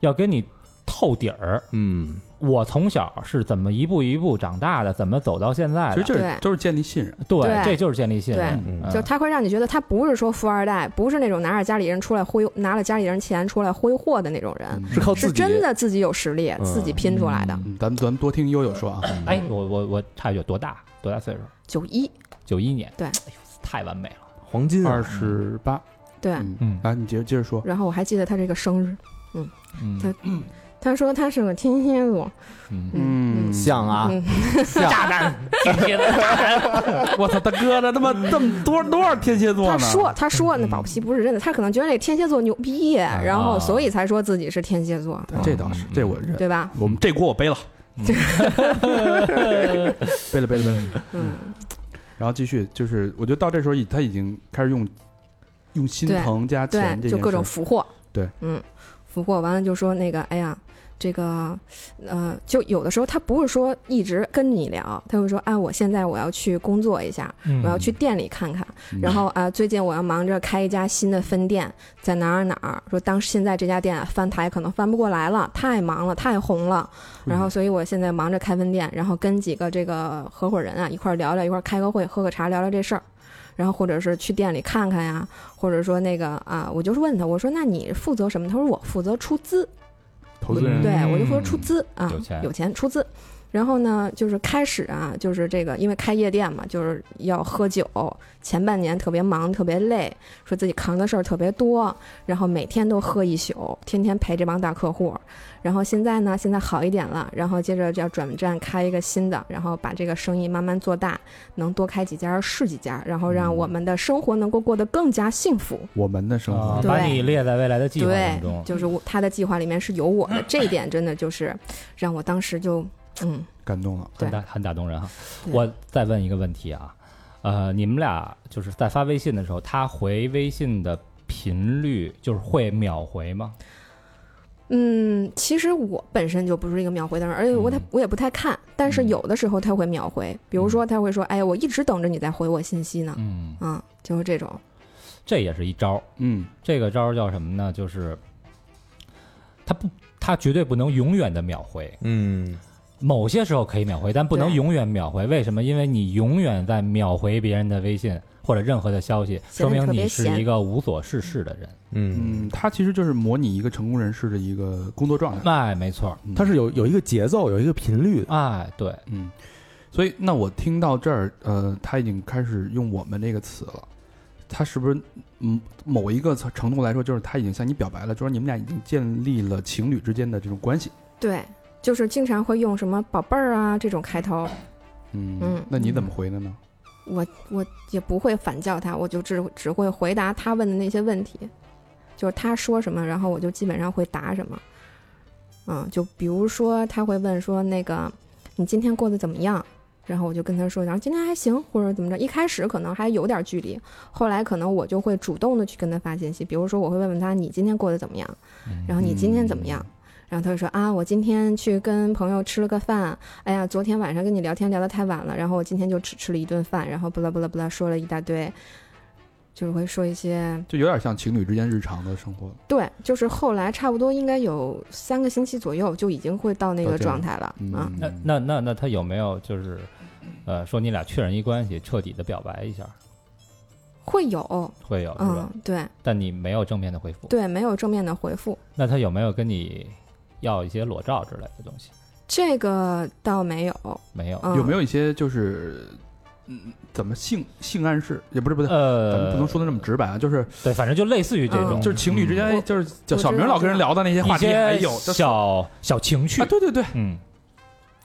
要跟你透底儿。
嗯，
我从小是怎么一步一步长大的，怎么走到现在
其
的
实？就是
对
就是建立信任。
对，
对
这就是建立信任。
对
嗯
就他会让你觉得他不是说富二代，不是那种拿着家里人出来挥拿了家里人钱出来挥霍的那种人，
嗯
是靠自
是
己
真的自己有实力，
嗯
自己拼出来的。
嗯咱们咱们多听悠悠说啊，
哎，我我我插一句，多大多大岁数？
九一，
九一年。
对
哎呦，太完美了。
黄金啊
二十八，
对。
嗯
嗯，来你接着接着说，
然后我还记得他这个生日，
嗯
他他说他是个天蝎座，
嗯，
嗯嗯
像啊，
嗯，
炸弹，天蝎座
我操，大哥，这他妈这么多多少天蝎座
他
呢？
说他说那保不齐不是真的，他可能觉得那天蝎座牛逼，然后所以才说自己是天蝎座，
嗯这倒是，这我认，
对吧？
我们这锅我背了，背了背了背了。
嗯，
然后继续，就是我觉得到这时候已他已经开始用用心
对
疼加
对
钱，这
就
件
各种
事
俘获。
对，
嗯，俘获完了就说那个，哎呀，这个，呃，就有的时候他不是说一直跟你聊，他会说，哎，我现在我要去工作一下，我
啊
要去店里看看，
嗯
然后啊，最近我要忙着开一家新的分店，在哪儿哪儿。说当时现在这家店啊翻台可能翻不过来了，太忙了，太红了。然后，所以我现在忙着开分店，然后跟几个这个合伙人啊一块儿聊聊，一块儿开个会，喝个茶，聊聊这事儿。然后或者是去店里看看呀，或者说那个啊，我就是问他，我说那你负责什么？他说我负责出资，
投资人
对我就负责出资啊，
嗯有钱
出资。然后呢，就是开始啊，就是这个，因为开夜店嘛，就是要喝酒。前半年特别忙，特别累，说自己扛的事儿特别多，然后每天都喝一宿，天天陪这帮大客户。然后现在呢，现在好一点了，然后接着就要转战开一个新的，然后把这个生意慢慢做大，能多开几家是几家，然后
嗯
让我们的生活能够过得更加幸福。
我们的生
啊
活
对
把你列在未来的计划
对
当中，。
就是我他的计划里面是有我
嗯
的，这一点真的就是让我当时就嗯，
感动了。
对
很打很打动人哈。
对
我再问一个问题啊，呃，你们俩就是在发微信的时候，他回微信的频率就是会秒回吗？
嗯，其实我本身就不是一个秒回的人，而且我他
嗯
我也不太看，但是
嗯
有的时候他会秒回，比如说他会说：“哎呀，我一直等着你在回我信息呢。
嗯”，
嗯，就是这种。
这也是一招儿。
嗯，
这个招儿叫什么呢？就是他不，他绝对不能永远的秒回。
嗯，
某些时候可以秒回，但不能
对
永远秒回。为什么？因为你永远在秒回别人的微信或者任何的消息，
显
说
得
明
特别
你是
闲
一个无所事事的人。
嗯，
嗯，他其实就是模拟一个成功人士的一个工作状态。
哎，没错儿，
嗯
它是有有一个节奏，有一个频率的。
哎，对，
嗯，所以那我听到这儿，呃，他已经开始用我们这个词了。他是不是嗯某一个程度来说，就是他已经向你表白了，就是你们俩已经建立了情侣之间的这种关系。
对，就是经常会用什么“宝贝儿”啊这种开头，
嗯
嗯
那你怎么回的呢？
我我也不会反叫他，我就只只会回答他问的那些问题，就是他说什么，然后我就基本上会答什么。嗯，就比如说他会问说那个你今天过得怎么样，然后我就跟他说，然后今天还行或者怎么着。一开始可能还有点距离，后来可能我就会主动的去跟他发信息，比如说我会问问他你今天过得怎么样，然后你今天怎么样。然后他就说啊，我今天去跟朋友吃了个饭，哎呀，昨天晚上跟你聊天聊得太晚了，然后我今天就只吃了一顿饭，然后不啦不啦不啦说了一大堆，就是会说一些
就有点像情侣之间日常的生活了。
对，就是后来差不多应该有三个星期左右就已经会到那
到
个
这样
状态了
嗯，
啊。
那那那那他有没有就是，呃，说你俩确认一关系，彻底的表白一下？
会
啊
有，
会有是吧
嗯？，对
但你没有正面的回复。
对，没有正面的回复，
那他有没有跟你要一些裸照之类的东西？
这个倒没有，
没有。
嗯，
有没有一些就是，嗯，怎么性性暗示？也不是不是，咱们
呃，
不能说的那么直白啊，就是
对，反正就类似于这种，
嗯
就是情侣之
嗯
间
我，
就是叫
我
小
知
明
道
老跟人聊的那些
呃一
啊话题，还
些
有这
小小情趣
啊，。对对对，
嗯，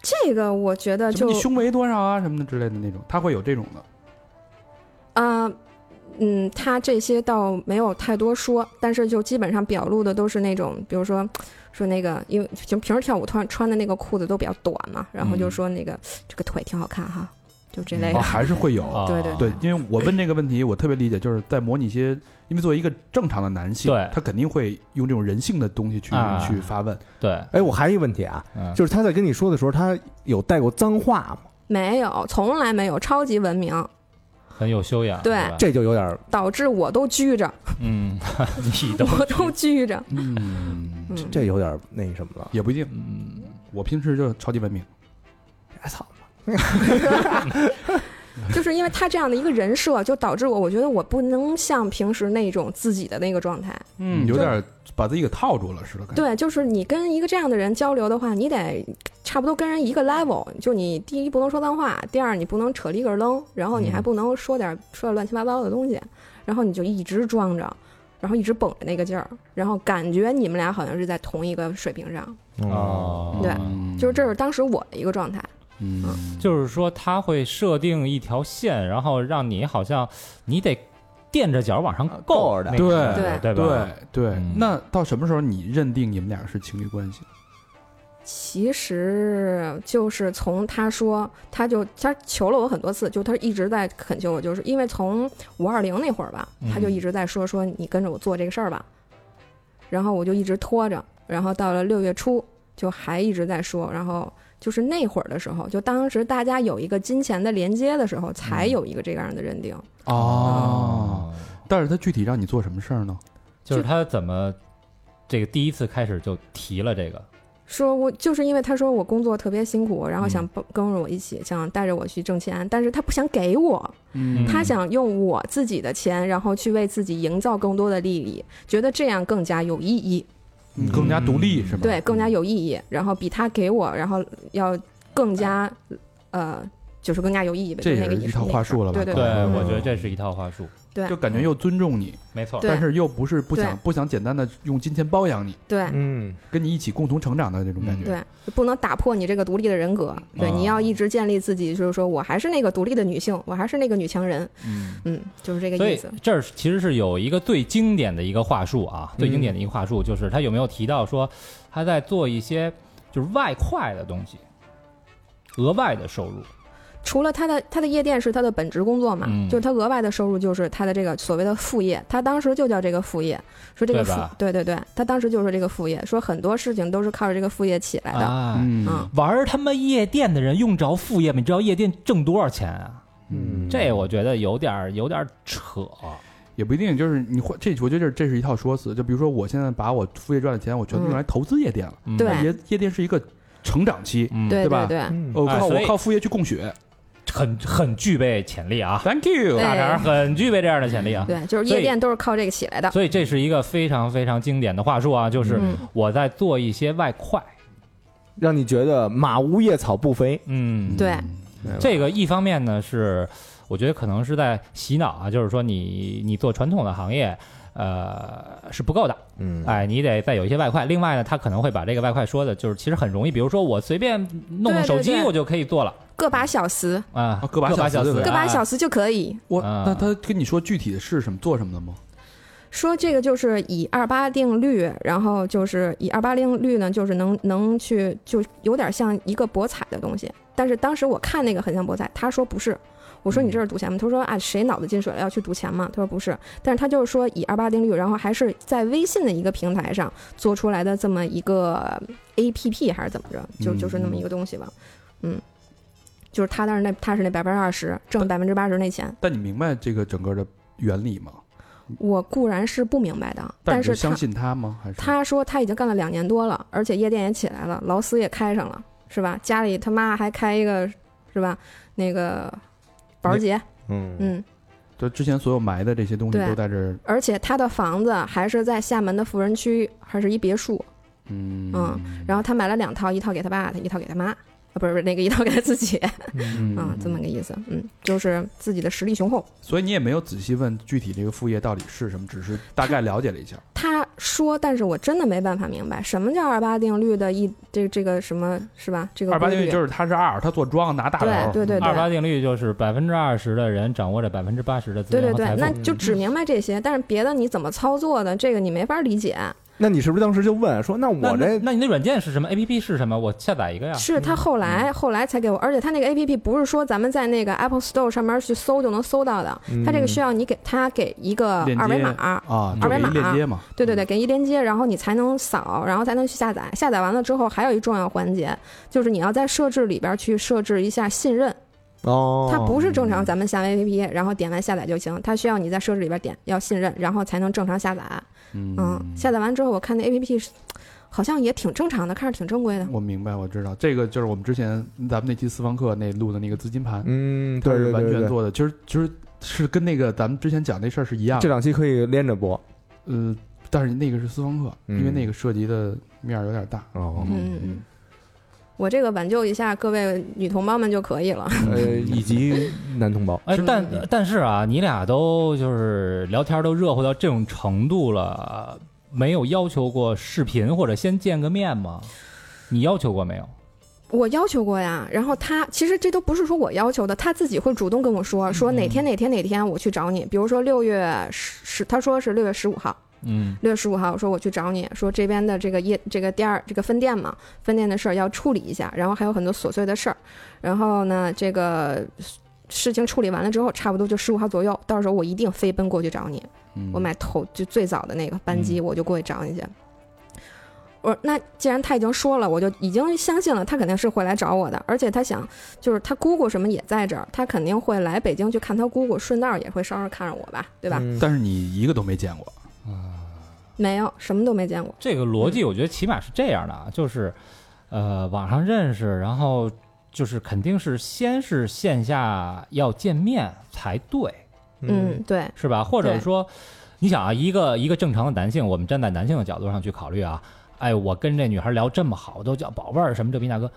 这个我觉得
什
啊就
么你胸围多少啊什么的之类的那种，他会有这种的。
啊、嗯，他这些倒没有太多说，但是就基本上表露的都是那种，比如说说那个，因为就平时跳舞穿穿的那个裤子都比较短嘛，然后就
嗯
说那个、这个腿挺好看哈，就这类
哦，
的。
还是会有。哦
啊
对对
对，因为我问这个问题，我特别理解，就是在模拟一些，因为作为一个正常的男性，
对
他肯定会用这种人性的东西去、
啊
去发问。
对，
哎，我还有一个问题啊，
嗯，
就是他在跟你说的时候，他有带过脏话吗？
嗯
没有，从来没有，超级文明，
很有修养，
对
是吧
这就有点儿
导致我都拘着，
嗯，你都
我都拘着。
嗯，
嗯，
这有点儿那什么了。
也不一定。
嗯
我平时就超级文明，
哎操，
就是因为他这样的一个人设，就导致我，我觉得我不能像平时那种自己的那个状态。
嗯，有点把自己给套住了似的感觉。
对，就是你跟一个这样的人交流的话，你得差不多跟人一个 level，就你第一不能说脏话，第二你不能扯里个楞，然后
嗯
你还不能说点说点乱七八糟的东西，然后你就一直装着，然后一直绷着那个劲儿，然后感觉你们俩好像是在同一个水平上，
哦，
对
嗯
就是这是当时我的一个状态。
嗯，
就是说他会设定一条线，然后让你好像你得垫着脚往上啊够
够着
那
对
个程度对吧？
对对、
嗯
那到什么时候你认定你们俩是情侣关系？
其实就是从他说，他就他求了我很多次，就他一直在恳求我，就是因为从五二零那会儿吧，他就一直在说说你跟着我做这个事儿吧，然后我就一直拖着，然后到了六月初就还一直在说，然后就是那会儿的时候，就当时大家有一个金钱的连接的时候，才有一个这样的认定。
哦，但是他具体让你做什么事儿呢？
嗯就是他怎么这个第一次开始就提了这个，
说我就是因为他说我工作特别辛苦，然后想
嗯
帮跟着我一起，想带着我去挣钱，但是他不想给我，
嗯
他想用我自己的钱，然后去为自己营造更多的利益，觉得这样更加有意义，
你更加独立是吗？
对，更加有意义，然后比他给我，然后要更加，呃，就是更加有意义呗。
这
就那
也
个
是
意
一
思
套话术了吧？
对对
对
嗯
我觉得这是一套话术，
对
就感觉又尊重你，
没错，
嗯对
但是又不是不想不想简单的用金钱包养你，
对
嗯，
跟你一起共同成长的那种感觉。
对，就不能打破你这个独立的人格。对，
啊
你要一直建立自己，就是说我还是那个独立的女性，我还是那个女强人。
嗯，
嗯，就是这个
所
意
以
思。
这儿其实是有一个最经典的一个话术啊，最经典的一个话术就是他有没有提到说他在做一些就是外快的东西，额外的收入，
除了他的他的夜店是他的本职工作嘛，
嗯
就是他额外的收入就是他的这个所谓的副业，他当时就叫这个副业，说这个
对
副
吧
对对对，他当时就说这个副业，说很多事情都是靠着这个副业起来的，
啊，
嗯
嗯，
玩他妈夜店的人用着副业吗？你知道夜店挣多少钱啊？
嗯
这我觉得有点儿有点儿扯，
也不一定，就是你换这，我觉得这这是一套说辞。就比如说，我现在把我副业赚的钱，我全部用来投资夜店了。
嗯
对
那夜夜店是一个成长期，
嗯，
对
对吧
对，
我
哎
靠
所以
我靠副业去供血
很很具备潜力啊，
，Thank you。
对
大肠很具备这样的潜力啊。
对，就是夜店都是靠这个起来的，
所以这是一个非常非常经典的话术啊，就是
嗯
我在做一些外快，
让你觉得马无夜草不肥。
嗯，
对
这个一方面呢是，我觉得可能是在洗脑啊，就是说你你做传统的行业，呃是不够的，
嗯
哎，你得再有一些外快。另外呢，他可能会把这个外快说的，就是其实很容易，比如说我随便弄弄
对对
手机
对
我就可以做了
个把小时，
啊
啊，个把小时
小
对不对
个把小
时，
时就可以。
我
啊
那他跟你说具体的是什么做什么的吗？
说这个就是以二八定律，然后就是以二八定律呢，就是能能去，就有点像一个博彩的东西。但是当时我看那个很像博彩，他说不是，我说你这是赌钱吗？他说啊，谁脑子进水了要去赌钱嘛？他说不是，但是他就是说以二八定律，然后还是在微信的一个平台上做出来的这么一个 A P P 还是怎么着，就
嗯
就是那么一个东西吧，嗯。就是他当时那他是那百分之二十挣百分之八十那钱，
但你明白这个整个的原理吗？
我固然是不明白的，但
你就是相
他
信他吗？还是
他说他已经干了两年多了，而且夜店也起来了，劳斯也开上了，是吧？家里他妈还开一个，是吧？那个保时捷，
嗯
嗯，
就之前所有埋的这些东西
对
都在这儿，
而且他的房子还是在厦门的富人区，还是一别墅，
嗯
嗯，然后他买了两套，一套给他爸，一套给他妈，啊，不是不是那个一套给他自己，
嗯
啊，这么个意思，嗯，就是自己的实力雄厚。
所以你也没有仔细问具体这个副业到底是什么，只是大概了解了一下。
他说，但是我真的没办法明白什么叫二八定律的一这这个什么是吧？这个
二八
规
定律就是它是二，它做庄拿大头
对
儿，
对对
二
对
八定律就是百分之二十的人掌握着百分之八十的资
对
源
对
和
对
财，富。
那就只明白这些，但是别的你怎么操作的，这个你没法理解。
那你是不是当时就问说，那
那
我
那
这
那你那软件是什么？A P P 是什么？我下载一个呀。
是他后来后来才给我，而且他那个 A P P 不是说咱们在那个 Apple Store 上面去搜就能搜到的，他这个需要你给他给一个
链接
二维码，
啊，就
二维
是一
码
链接嘛，
对对对，给一链接，然后你才能扫，然后才能去下载。下载完了之后，还有一重要环节就是你要在设置里边去设置一下信任，
哦，
它不是正常咱们下 A P P 然后点完下载就行，它需要你在设置里边点要信任，然后才能正常下载。嗯，下载完之后，我看那 A P P 好像也挺正常的，看着挺正规的。
我明白，我知道这个就是我们之前咱们那期私房课那录的那个资金盘，
嗯，
它
对
是
对
完
对
全
对对，
做的，其实其实是跟那个咱们之前讲那事儿是一样
这
的，
两期可以连着播
呃，但是那个是私房课，因为
嗯
那个涉及的面儿有点大，
哦
嗯嗯嗯，我这个挽救一下各位女同胞们就可以了。
呃，以及男同胞，
哎，
是
但但是啊，你俩都就是聊天都热乎到这种程度了，没有要求过视频或者先见个面吗？你要求过没有？
我要求过呀，然后他其实这都不是说我要求的，他自己会主动跟我说，说哪天哪天哪天我去找你，比如说六月十十，他说是六月十五号，
嗯，
六月十五号，我说我去找你，说这边的这个业这个店儿这个分店嘛，分店的事儿要处理一下，然后还有很多琐碎的事儿，然后呢，这个事情处理完了之后，差不多就十五号左右，到时候我一定飞奔过去找你，
嗯
我买头就最早的那个班机，我就过去找你去。我说那既然他已经说了，我就已经相信了，他肯定是会来找我的。而且他想，就是他姑姑什么也在这儿，他肯定会来北京去看他姑姑，顺道也会捎上看上我吧，对吧？
嗯
但是你一个都没见过，
没有，什么都没见过。
这个逻辑我觉得起码是这样的啊，就是呃，网上认识，然后就是肯定是先是线下要见面才对，
嗯，对，
是吧？或者
对
说，你想啊，一个一个正常的男性，我们站在男性的角度上去考虑啊，哎，我跟这女孩聊这么好，都叫宝贝儿什么这逼那哥，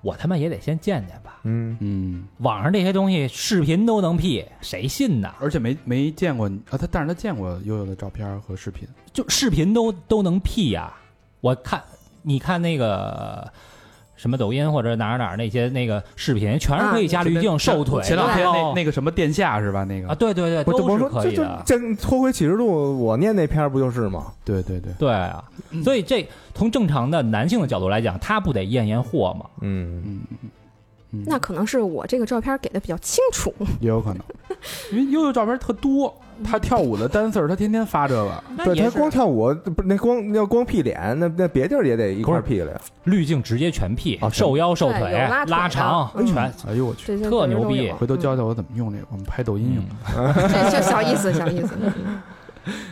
我他妈也得先见见吧。
嗯，
嗯，
网上这些东西视频都能 P，谁信呐？
而且没没见过你啊，他但是他见过悠悠的照片和视频，
就视频都都能 P 呀、我看你看那个什么抖音或者哪儿哪儿那些那个视频，全是可
啊
以加滤镜、瘦腿的。
前两天那
哦
那个什么殿下是吧？那个
啊，对对对，
我
都
我
是
说
可
这
以
这
的。
这脱轨启示录，我念那篇儿不就是吗？
对对对，
对啊，所以这从正常的男性的角度来讲，他不得验验货吗？
嗯，
嗯，嗯
那可能是我这个照片给的比较清楚，
也有可能， 因为悠悠照片特多，他跳舞的 dancer 他天天发这个，
对他
也
光跳舞，不是那光要光屁脸，那那别地儿也得一块儿屁了呀。
滤镜直接全 P，
啊
瘦腰瘦
对
腿
有拉腿的
长
嗯
全。
哎呦我去，
这些
特
都
牛逼
有
回头 教教我怎么用这个，我们拍抖音用。
嗯这就小意思，小意 思。嗯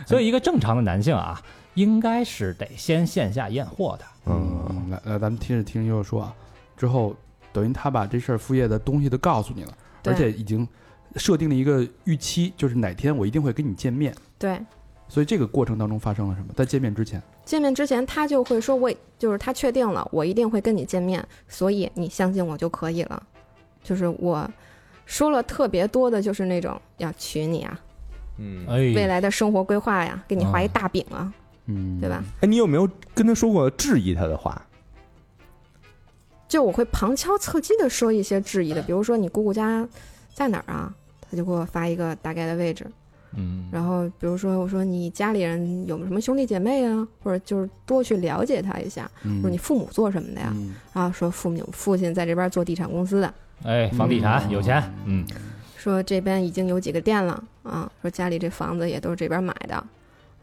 所以一个正常的男性啊，应该是得先线下验货的。
嗯，来来，咱们听着听着悠悠说啊，之后等于他把这事儿副业的东西都告诉你了，
对
而且已经设定了一个预期，就是哪天我一定会跟你见面。
对，
所以这个过程当中发生了什么？在见面之前，
见面之前他就会说我，就是他确定了，我一定会跟你见面，所以你相信我就可以了。就是我说了特别多的，就是那种要娶你啊，
嗯，
未
哎，
来的生活规划呀，给你画一大饼啊，
嗯，
对吧？？
哎，你有没有跟他说过质疑他的话？
就我会旁敲侧击的说一些质疑的，比如说你姑姑家在哪儿啊，他就给我发一个大概的位置，
嗯，
然后比如说我说你家里人有没有什么兄弟姐妹啊，或者就是多去了解他一下，
嗯，
说你父母做什么的呀，
嗯
然后说父母父亲在这边做地产公司的。
哎，房地产
嗯
有钱，嗯，
说这边已经有几个店了啊，说家里这房子也都是这边买的，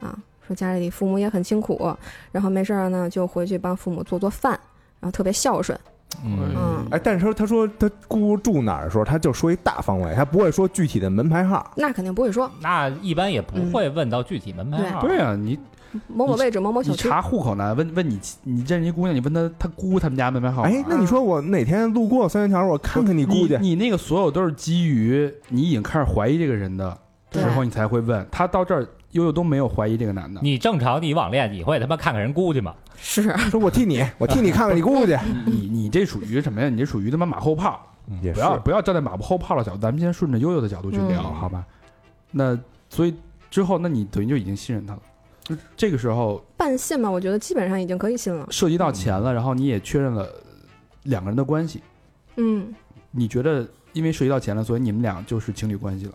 啊，说家里父母也很辛苦，然后没事儿呢就回去帮父母做做饭，然后特别孝顺，
嗯，
嗯，
哎，但是他说他姑住哪儿的时候，他就说一大方位，他不会说具体的门牌号。
那肯定不会说
那一般也
嗯
不会问到具体门牌号。
对啊，你
某某位置某某小
你
区，
查户口呢？问问你，你认识一姑娘，你问她她姑他们家门牌号码。
哎，那你说我哪天路过三元桥，我看看你姑去？
你那个所有都是基于你已经开始怀疑这个人的
对
时候，你才会问他到这儿，悠悠都没有怀疑这个男的。
你正常你网恋，你会他妈看看人估计吗？
是
说我替你，我替你看看你姑去。
嗯
你你你这属于什么呀？你这属于他妈马后炮，
也
不要不要站在马后炮的角度，咱们先顺着悠悠的角度去聊，
嗯
好吧？那所以之后，那你等于就已经信任他了，就这个时候
半信吧，我觉得基本上已经可以信了。
涉及到钱了，然后你也确认了两个人的关系，
嗯，
你觉得因为涉及到钱了，所以你们俩就是情侣关系了？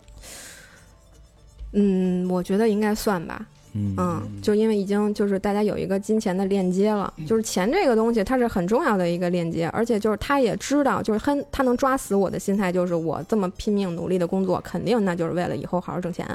嗯，我觉得应该算吧。
嗯
嗯，就因为已经就是大家有一个金钱的链接了，就是钱这个东西它是很重要的一个链接，而且就是他也知道，就是很他能抓死我的心态，就是我这么拼命努力的工作，肯定那就是为了以后好好挣钱，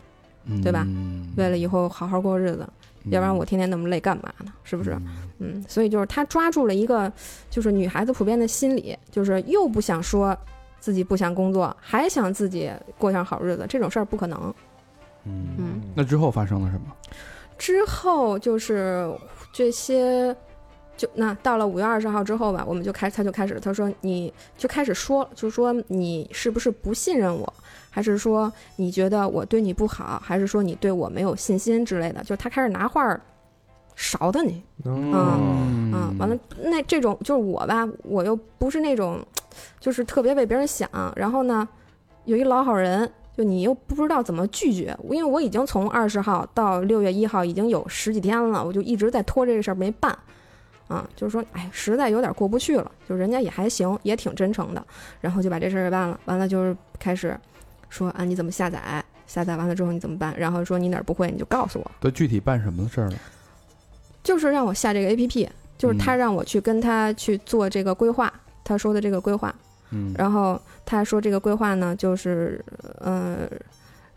对吧？
嗯
为了以后好好过日子，要不然我天天那么累干嘛呢？是不
不
是？嗯，所以就是他抓住了一个，就是女孩子普遍的心理，就是又不想说自己不想工作，还想自己过上好日子，这种事儿不可能。
嗯，
嗯，
那之后发生了什么？
之后就是这些，就那到了五月二十号之后吧，我们就开他就开始他说你就开始说，就是说你是不是不信任我，还是说你觉得我对你不好，还是说你对我没有信心之类的，就是他开始拿话儿勺的你。
嗯，
啊，完了，那这种就是我吧，我又不是那种，就是特别为别人想，然后呢，有一老好人，就你又不知道怎么拒绝，因为我已经从二十号到六月一号已经有十几天了，我就一直在拖这个事儿没办，啊，就是说，哎，实在有点过不去了，就人家也还行，也挺真诚的，然后就把这事儿给办了，完了就是开始说啊，你怎么下载？下载完了之后你怎么办？然后说你哪儿不会你就告诉我，
都具体办什么事儿了？
就是让我下这个 A P P，就是
嗯
他让我去跟他去做这个规划，他说的这个规划。
嗯，
然后他说这个规划呢，就是呃，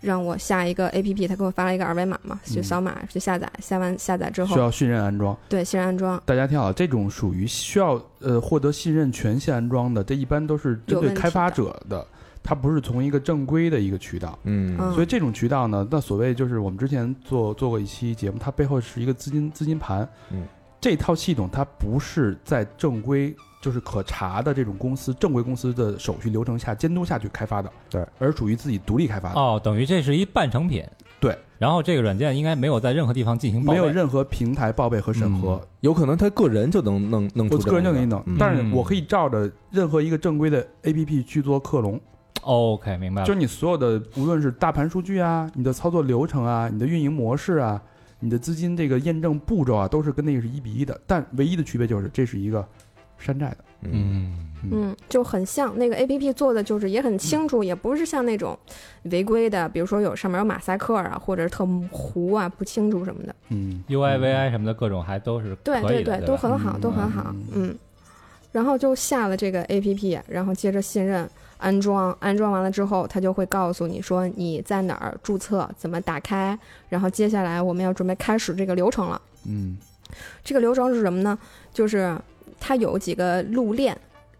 让我下一个 A P P，他给我发了一个二维码嘛，就
嗯
扫码去下载，下完下载之
需
后，
要信任安装。
对，先安装。
大家听好，这种属于需要呃获得信任权限安装的，这一般都是针
有
对
问题
开发
的
者的，它不是从一个正规的一个渠道。
嗯，
嗯
所以这种渠道呢，那所谓就是我们之前做做过一期节目，它背后是一个资金资金盘，
嗯，
这套系统它不是在正规就是可查的这种公司正规公司的手续流程下监督下去开发的，
对，
而属于自己独立开发的，
哦，等于这是一半成品。
啊对，
然后这个软件应该没有在任何地方进行报
没有
备
任何平台报备和审核，
有可能他个人就能弄弄出
我
这
个人就
么
给
一
你弄，
嗯
但是我可以照着任何一个正规的 APP 去做克隆，
OK，明白了。
就是你所有的，无论是大盘数据啊，你的操作流程啊，你的运营模式啊，你的资金这个验证步骤啊，都是跟那个是一比一的，但唯一的区别就是这是一个山寨的，
嗯
嗯，
嗯，就很像那个 A P P 做的，就是也
嗯
很清楚，也不是像那种违规的，比如说有上面有马赛克啊，或者是特糊啊、不清楚什么的。
嗯
UI、VI 什么的各种还都是可
对
以的，
对
对吧，
都很好，都很好
嗯，
嗯。然后就下了这个 A P P，然后接着信任安装，安装完了之后，他就会告诉你说你在哪儿注册，怎么打开，然后接下来我们要准备开始这个流程了。
嗯
这个流程是什么呢？就是它有几个路链，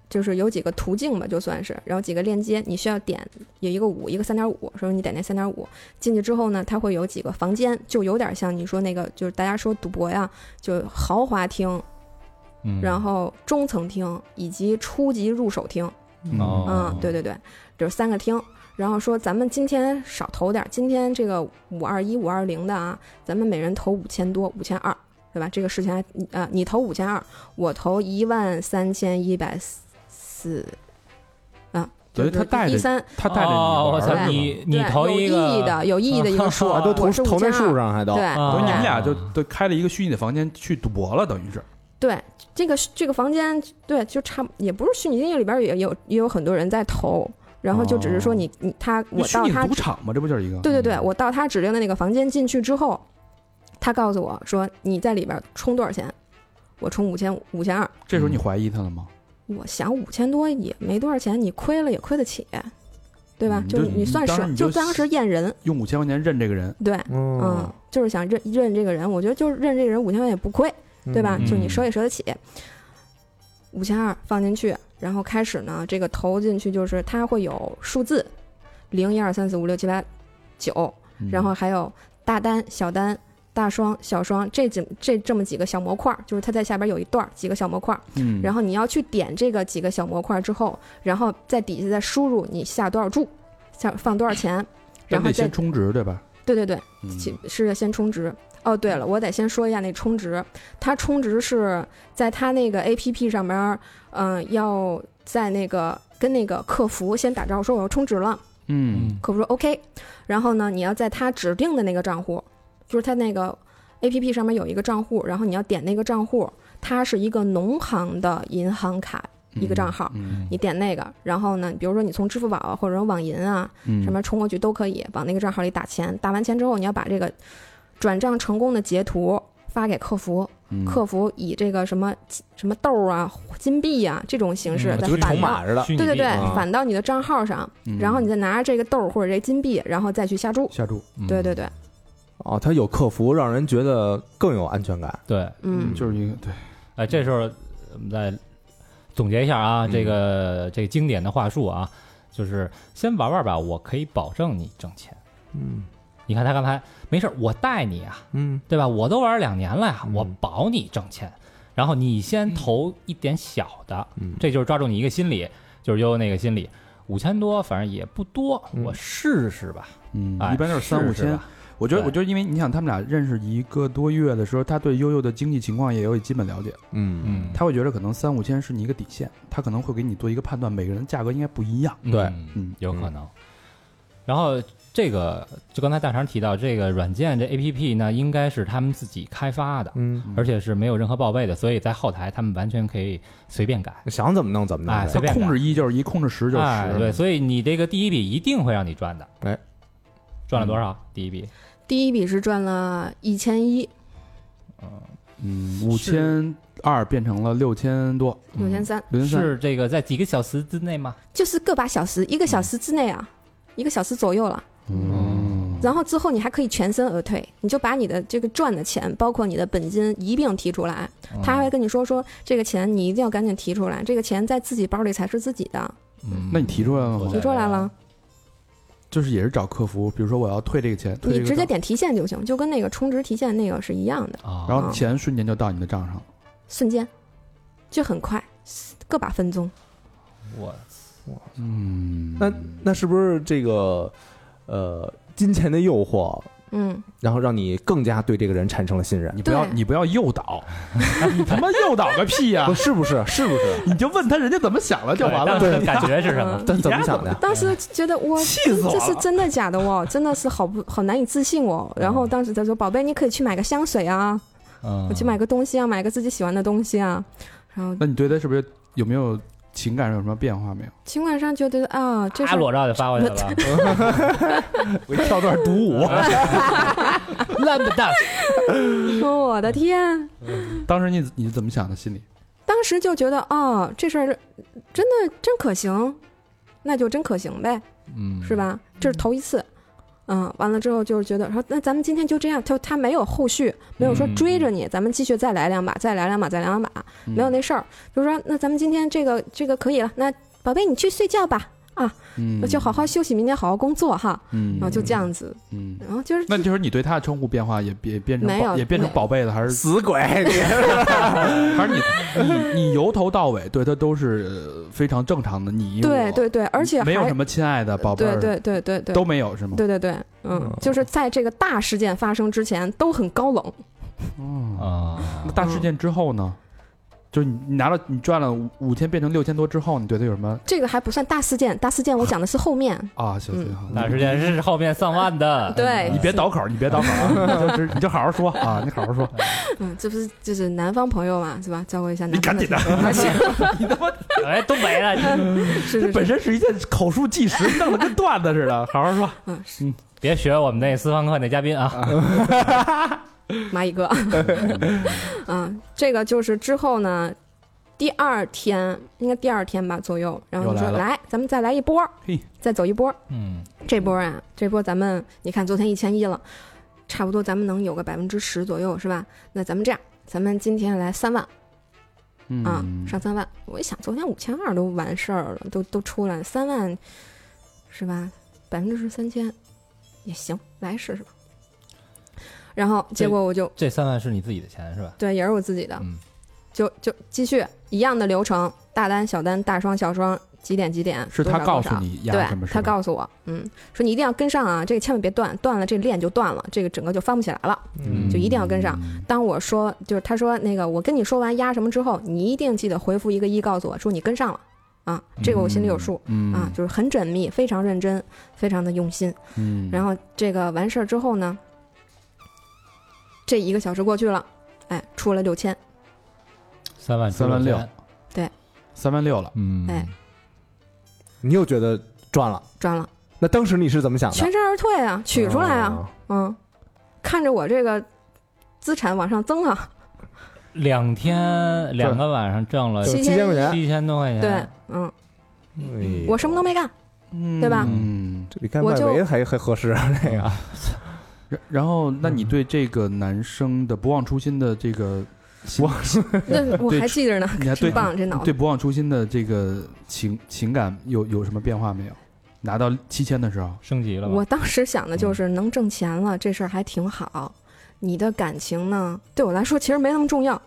就是有几个途径吧，就算是，然后几个链接，你需要点有一个五，一个三点五，说你点那三点五进去之后呢，它会有几个房间，就有点像你说那个，就是大家说赌博呀，就豪华厅，
嗯，
然后中层厅以及初级入手厅，
哦
嗯，对对对，就是三个厅。然后说咱们今天少投点儿，今天这个五二一、五二零的啊，咱们每人投五千多、五千二，对吧？这个事情还啊、你投五千二，我投一万三千一百四，啊，
等于他带着
一三，
他带着你
哦
玩
我
儿是
操
吧，
你你
对，
投
有
一
意
个
义的、有意义的一个数，
啊，都投
我是
投那
5200
数，上还都
对，
啊
等于你
对
们俩就都开了一个虚拟的房间去赌博了，等于是，
对，这个这个房间，对，就差也不是虚拟经济里边儿也有也有很多人在投，然后就只是说你、你他我
哦虚
到
拟
他
赌场嘛，嗯这不就是一个？
对对对，我到他指定的那个房间进去之后，他告诉我说你在里边充多少钱，我充五千五千二，
这时候你怀疑他了吗？
我想五千多也没多少钱，你亏了也亏得起，对吧？
嗯
就
就是
你算
当时
舍，
你
就
就哦
当时验人，
用五千块钱认这个人，
对，嗯
嗯，，
就是想认认这个人，我觉得就是认这个人五千块也不亏，对吧？
嗯
就你折也折得起，五千二放进去，然后开始呢，这个投进去就是它会有数字，零一二三四五六七八九，
嗯
然后还有大单、小单、大双、小双这几这这么几个小模块儿，就是它在下边有一段儿几个小模块儿，
嗯，
然
后
后你要去点这个几个小模块儿之后，然后在底下再输入你下多少注，下放多少钱，然后
得
再
先充值对吧？
对对对，
嗯
起是先充值。哦，对了，我得先说一下那充值，它充值是在它那个 A P P 上面儿，嗯、要在那个跟那个客服先打招呼说我要充值了，
嗯
嗯
客服说 OK，然后呢，你要在他指定的那个账户，就是他那个 A P P 上面有一个账户，然后你要点那个账户，它是一个农行的银行卡一个账号，
嗯
你点那个，然后呢，比如说你从支付宝啊或者网银啊
嗯
什么冲过去都可以，往那个账号里打钱，打完钱之后你要把这个转账成功的截图发给客服，
嗯
客服以这个什么什么豆儿啊、金币啊这种形式
嗯
再
就跟
返
筹
到
码，似的，
虚拟
对对
币
对
啊，
返到你的账号上，
嗯
然后你再拿着这个豆儿或者这金币，然后再去下注。
下注，
嗯
对对对，
哦，它有客服，让人觉得更有安全感。
对，
嗯，
就是一个对，
哎，这时候我们再总结一下啊，这
嗯
个这个经典的话术啊，就是先玩玩吧，我可以保证你挣钱。
嗯
你看他刚才没事儿，我带你啊，
嗯
对吧？我都玩两年了呀，
嗯
我保你挣钱，然后你先投一点小的，
嗯，
这就是抓住你一个心理，就是悠悠那个心理，五千多反正也不多，
嗯
我试试吧，
嗯，
哎
一般都是三五
试试
千
吧。
我觉得，
对
我觉得，因为你想，他们俩认识一个多月的时候，他对悠悠的经济情况也有基本了解，
嗯
嗯，
他会觉得可能三五千是你一个底线，他可能会给你做一个判断，每个人价格应该不一样。
嗯
对，
嗯
有可能。然后这个就刚才大肠提到这个软件这 A P P 呢，应该是他们自己开发的，
嗯，
而且是没有任何报备的，所以在后台他们完全可以随便改。
想怎么弄怎么
哎
弄
随
他
便
呗。
改
控制一就是一，控制十就是
哎，
十。
对，所以你这个第一笔一定会让你赚的。
哎，
赚了多少？第一笔
第一笔是赚了一千一，
嗯，五千二变成了六千多，
六千三，
六千三。
是这个在几个小时之内吗？
就是个把小时，一个小时之内啊，一个小时左右了。
嗯，
然后之后你还可以全身而退，你就把你的这个赚的钱，包括你的本金一并提出来。他还会跟你说说这个钱你一定要赶紧提出来，这个钱在自己包里才是自己的。
哦
嗯
那你提出来了吗
提出来了，，
就是也是找客服，比如说我要退这个钱，退这
你
个
直接
账，
点提现就行，就跟那个充值提现那个是一样的，
啊，
然后钱瞬间就到你的账上了。
瞬间就很快，个把分钟。
我
嗯，
那那是不是这个呃金钱的诱惑，
嗯，
然后让你更加对这个人产生了信任？
你不要
对
你不要诱导， 你他妈诱导个屁呀
不！是不是是不是？
你就问他人家怎么想的就完了。
当时的 感觉是什么？
但怎么想的呀？
呃当时觉得我
气死我
这
了嗯
是真的假的哦，真的是好不好难以置信哦。然后当时他说：“宝贝，你可以去买个香水啊，
嗯，
我去买个东西啊，买个自己喜欢的东西啊。”然后
那你对他是不是有没有情感上有什么变化没有？
情感上觉得啊，这
啊，
是
裸照就发过去了，
我跳段独舞，
烂不蛋。
哎我的天！
当时你你怎么想的？心里
当时就觉得啊，这事儿真的真可行，那就真可行呗，
嗯，
是？吧？这是头一次。嗯，完了之后就是觉得说，那咱们今天就这样，他他没有后续，没有说
嗯
追着你，咱们继续再来两把，再来两把，再来两把，
嗯
没有那事儿，就是说，那咱们今天这个这个可以了，那宝贝你去睡觉吧，
嗯
那就好好休息，明天好好工作哈，
嗯
然后就这样子，
嗯。
然后就是
那就是你对他的称呼变化也也变成
没
宝
有
也变成
没
宝贝了，还是
死 鬼！
还是你你你由头到尾对他都是呃非常正常的，你
对
我
对对，而且还
没有什么亲爱的宝贝
对
儿
对对对对
都没有是吗？
对对对，嗯，就是在这个大事件发生之前都很高冷，
嗯，
啊
那，大事件之后呢？就是你你拿了你赚了五五千变成六千多之后，你对他有什么
这个还不算大事件，大事件我讲的是后面，
啊？行
嗯
行好，哎
那时间是后面上万的，
对
你别倒口儿，你别倒口儿啊， 你就直你就好好说啊，你好好 说，
嗯，这不是就是南方朋友嘛，是吧？照顾一下南方的，
哎，东北的， 你
是是是，
身是一件口述纪实，弄得跟段子似的，好好说。
嗯，是
别学我们那私房课那嘉宾啊，
蚂蚁哥，嗯，这个就是之后呢，第二天应该第二天吧左右，然后
又
就说
来了
来，咱们再来一波
嘿，
再走一波，
嗯，
这波啊，这波咱们你看，昨天一千一了，差不多咱们能有个百分之十左右，是吧？那咱们这样，咱们今天来三万啊，
嗯，
上三万。我一想，昨天五千二都完事儿了，都都出来了，三万是吧？百分之十三千也行，来试试吧。然后结果我就
这三万是你自己的钱是吧？
对，也是我自己的，
嗯
就就继续一样的流程，大单、小单、大双、小双，几点几点，
是他
多少
告
多
诉
少
你
对
压什么，事儿，
他告诉我，嗯，说你一定要跟上啊，这个千万别断，断了这链就断了，这个整个就翻不起来了。
嗯
就一定要跟上
嗯
当我说就是他说那个我跟你说完压什么之后，你一定记得回复一个一，告诉我说你跟上了啊，这个我心里有数、
嗯
啊，就是很缜密，非常认真，非常的用心。
嗯，
然后这个完事儿之后呢，这一个小时过去了，哎，出了六千，
三万
三万
出头
六
钱，
三万六了，
嗯，
哎
你又觉得赚了？
赚了，
那当时你是怎么想的？
全身而退啊，取出来啊，
哦，
嗯，看着我这个资产往上增啊，
两天两个晚上挣了
就是嗯七
七
千
千
块钱，
七千多块钱，
对，嗯，
哎
哎
我什么都 没干，对吧
嗯，
这比看
我
外
就
围还还合适，啊这个
然然后，那你对这个男生的不忘初心的这个不忘，
那我
对
还记着 呢，
你还对
挺棒，这脑
对
子，
不忘初心的这个情情感有有什么变化没有？拿到七千的时候，
升级了吧？嗯
我当时想的就是能挣钱了，这事儿还挺好，你的感情呢，对我来说其实没那么重要，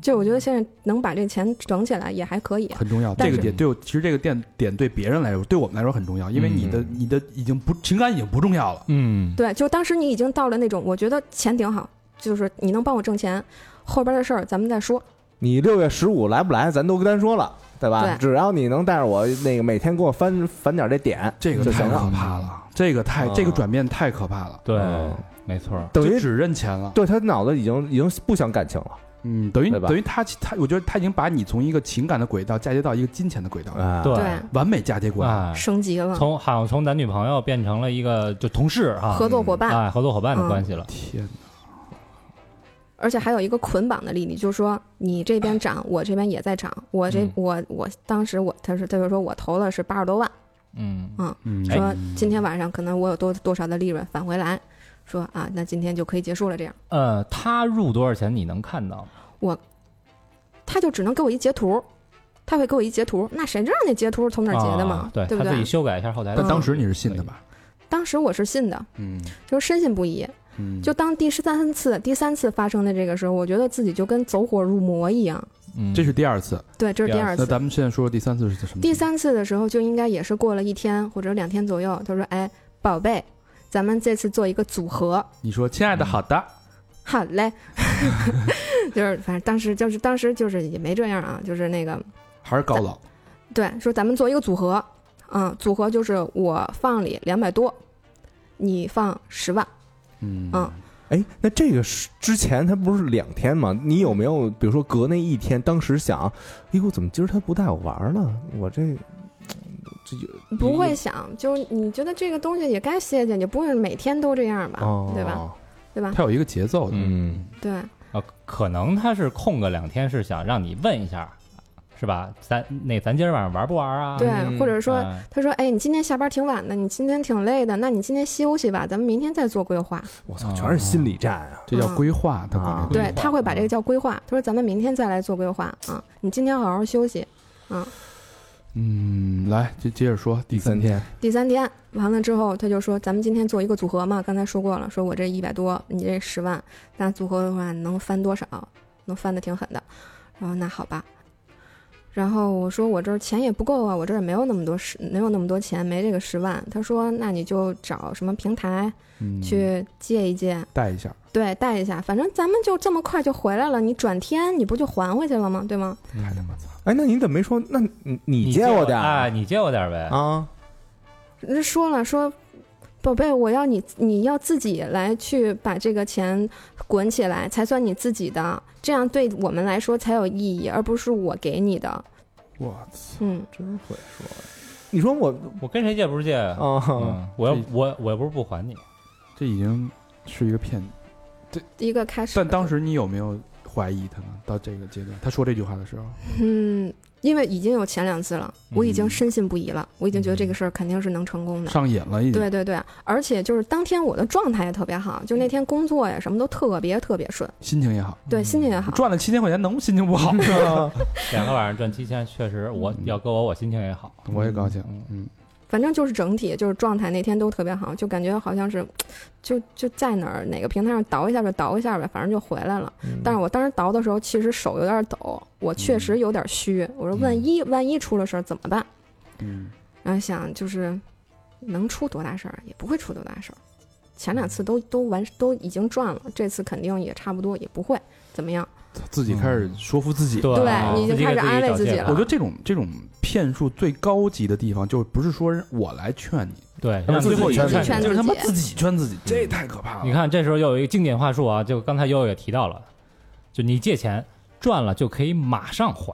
就我觉得现在能把这钱整起来也还可以，
很重要。
但
这
是
个点对我，其实这个点点对别人来说，对我们来说很重要，因为你的、
嗯
你的已经不情感已经不重要了。
嗯，
对，就当时你已经到了那种，我觉得钱挺好，就是你能帮我挣钱，后边的事儿咱们再说。
你六月十五来不来，咱都跟咱说了，对吧？
对
只要你能带着我那个每天给我翻翻点这点，
这个
就行
太可
了。
怕了，这个太、
啊
这个转变太可怕了，
对
嗯，
没错儿，
等于
就只认钱了。
对他脑子已经已经不想感情了，
嗯，等于
对吧
等于他他，我觉得他已经把你从一个情感的轨道嫁接到一个金钱的轨道，
啊，
对
对，
完美嫁接过来。
哎，
升级了，
从好像从男女朋友变成了一个就同事啊，
合作伙伴，
哎，合作伙伴的
嗯
关系了，
天
而且还有一个捆绑的利益，就是说你这边涨，我这边也在涨。我这、
嗯
我我当时我他是他就说我投了是八十多万，
嗯
嗯，
哎
说今天晚上可能我有多多少的利润返回来，说啊那今天就可以结束了。这样
呃，他入多少钱你能看到吗？
他就只能给我一截图，他会给我一截图，那谁知道那截图是从哪儿截的嘛
啊？对
不
他自己
对？
修改一下后台的。
但当时你是信的吧？
当时我是信的，
嗯
就是深信不疑。
嗯，
就当第十三次、第三次发生的这个时候，我觉得自己就跟走火入魔一样。
嗯，
这是第二次。
对，这是
第
第
二
二
那
次。
咱们现在说说第三次是什么？
第，三次的时候，就应该也是过了一天或者两天左右。他说：“哎，宝贝，咱们这次做一个组合。
你说亲爱的，好的，”
好嘞， 就是反正当时就是当时就是也没这样啊，就是那个
还是高冷？
对，说咱们做一个组合，嗯，组合就是我放里两百多，你放十万，
嗯
嗯
哎，那这个是之前他不是两天吗？你有没有比如说隔那一天，当时想，哎呦，怎么今儿他不带我玩了？我这这有
不
嗯
会想，就是你觉得这个东西也该歇歇，也不会每天都这样吧，
哦，
对吧？？对吧？
它有一个节奏的。
嗯，
对。
啊，可能他是空个两天，是想让你问一下，是吧？咱那咱今儿晚上玩不玩啊？
对，
嗯
或者说
哎
他说：“哎，你今天下班挺晚的，你今天挺累的，那你今天休息吧，咱们明天再做规划。
我操，全是心理战啊！
这叫规划，它
啊
管”
规划
对，他会把这个叫规划。他说：“咱们明天再来做规划啊，你今天好好休息。
嗯，来，接接着说第三天，”
第三天完了之后，他就说：“咱们今天做一个组合嘛，刚才说过了，说我这一百多，你这十万，那组合的话能翻多少？能翻的挺狠的。”然后那好吧。然后我说我这儿钱也不够啊，我这儿也没有那么多十，没有那么多钱，没这个十万。他说那你就找什么平台
嗯，
去借一借，
带一下，
对，带一下，反正咱们就这么快就回来了，你转天你不就还回去了吗？对吗？
太他妈惨了。
哎，那你怎么没说？那你你
你
借我点儿
啊，你借我点儿呗。
啊？
人说了说，宝贝，我要你，你要自己来去把这个钱滚起来，才算你自己的，这样对我们来说才有意义，而不是我给你的。
我操，
嗯，
真会说，你说我
我跟谁借不是借？
啊，
嗯，我要
这
我我又不是不还你，
这已经是一个骗局。
一个开始。
但当，时你有没有怀疑他呢？到这个阶段，他说这句话的时候，
嗯，因为已经有前两次了，我已经
嗯
深信不疑了，我已经觉得这个事儿肯定是能成功的。
上瘾了已经。
对对对，而且就是当天我的状态也特别好，
嗯
就那天工作呀什么都特别特别顺，
心情也好，
对，心情也好。
赚了七千块钱，能心情不好吗？
嗯
啊
两个晚上赚七千，确实我要搁我我心情也好。
我也高兴
嗯，
嗯，
反正就是整体就是状态，那天都特别好，就感觉好像是，就就在哪儿哪个平台上倒一下就倒一下呗，反正就回来了。
嗯
但是我当时倒的时候，其实手有点抖，我确实有点虚。我说万一万一出了事儿怎么办？
嗯，
然后想就是能出多大事儿，也不会出多大事儿。前两次都都完都已经赚了，这次肯定也差不多，也不会怎么样。
自己开始说服自己。
对
对你已经
己给
开始安慰
找
自己
借
了
口
我觉得这种这种骗术最高级的地方，就不是说我来劝你，
对，
他们
让
自己
最后一
圈
看
自己
圈
就是他妈
自己
自己圈自己，这太可
啊
怕了。
你看，这时候又有一个经典话术啊，就刚才悠悠也提到了，就你借钱赚了就可以马上还，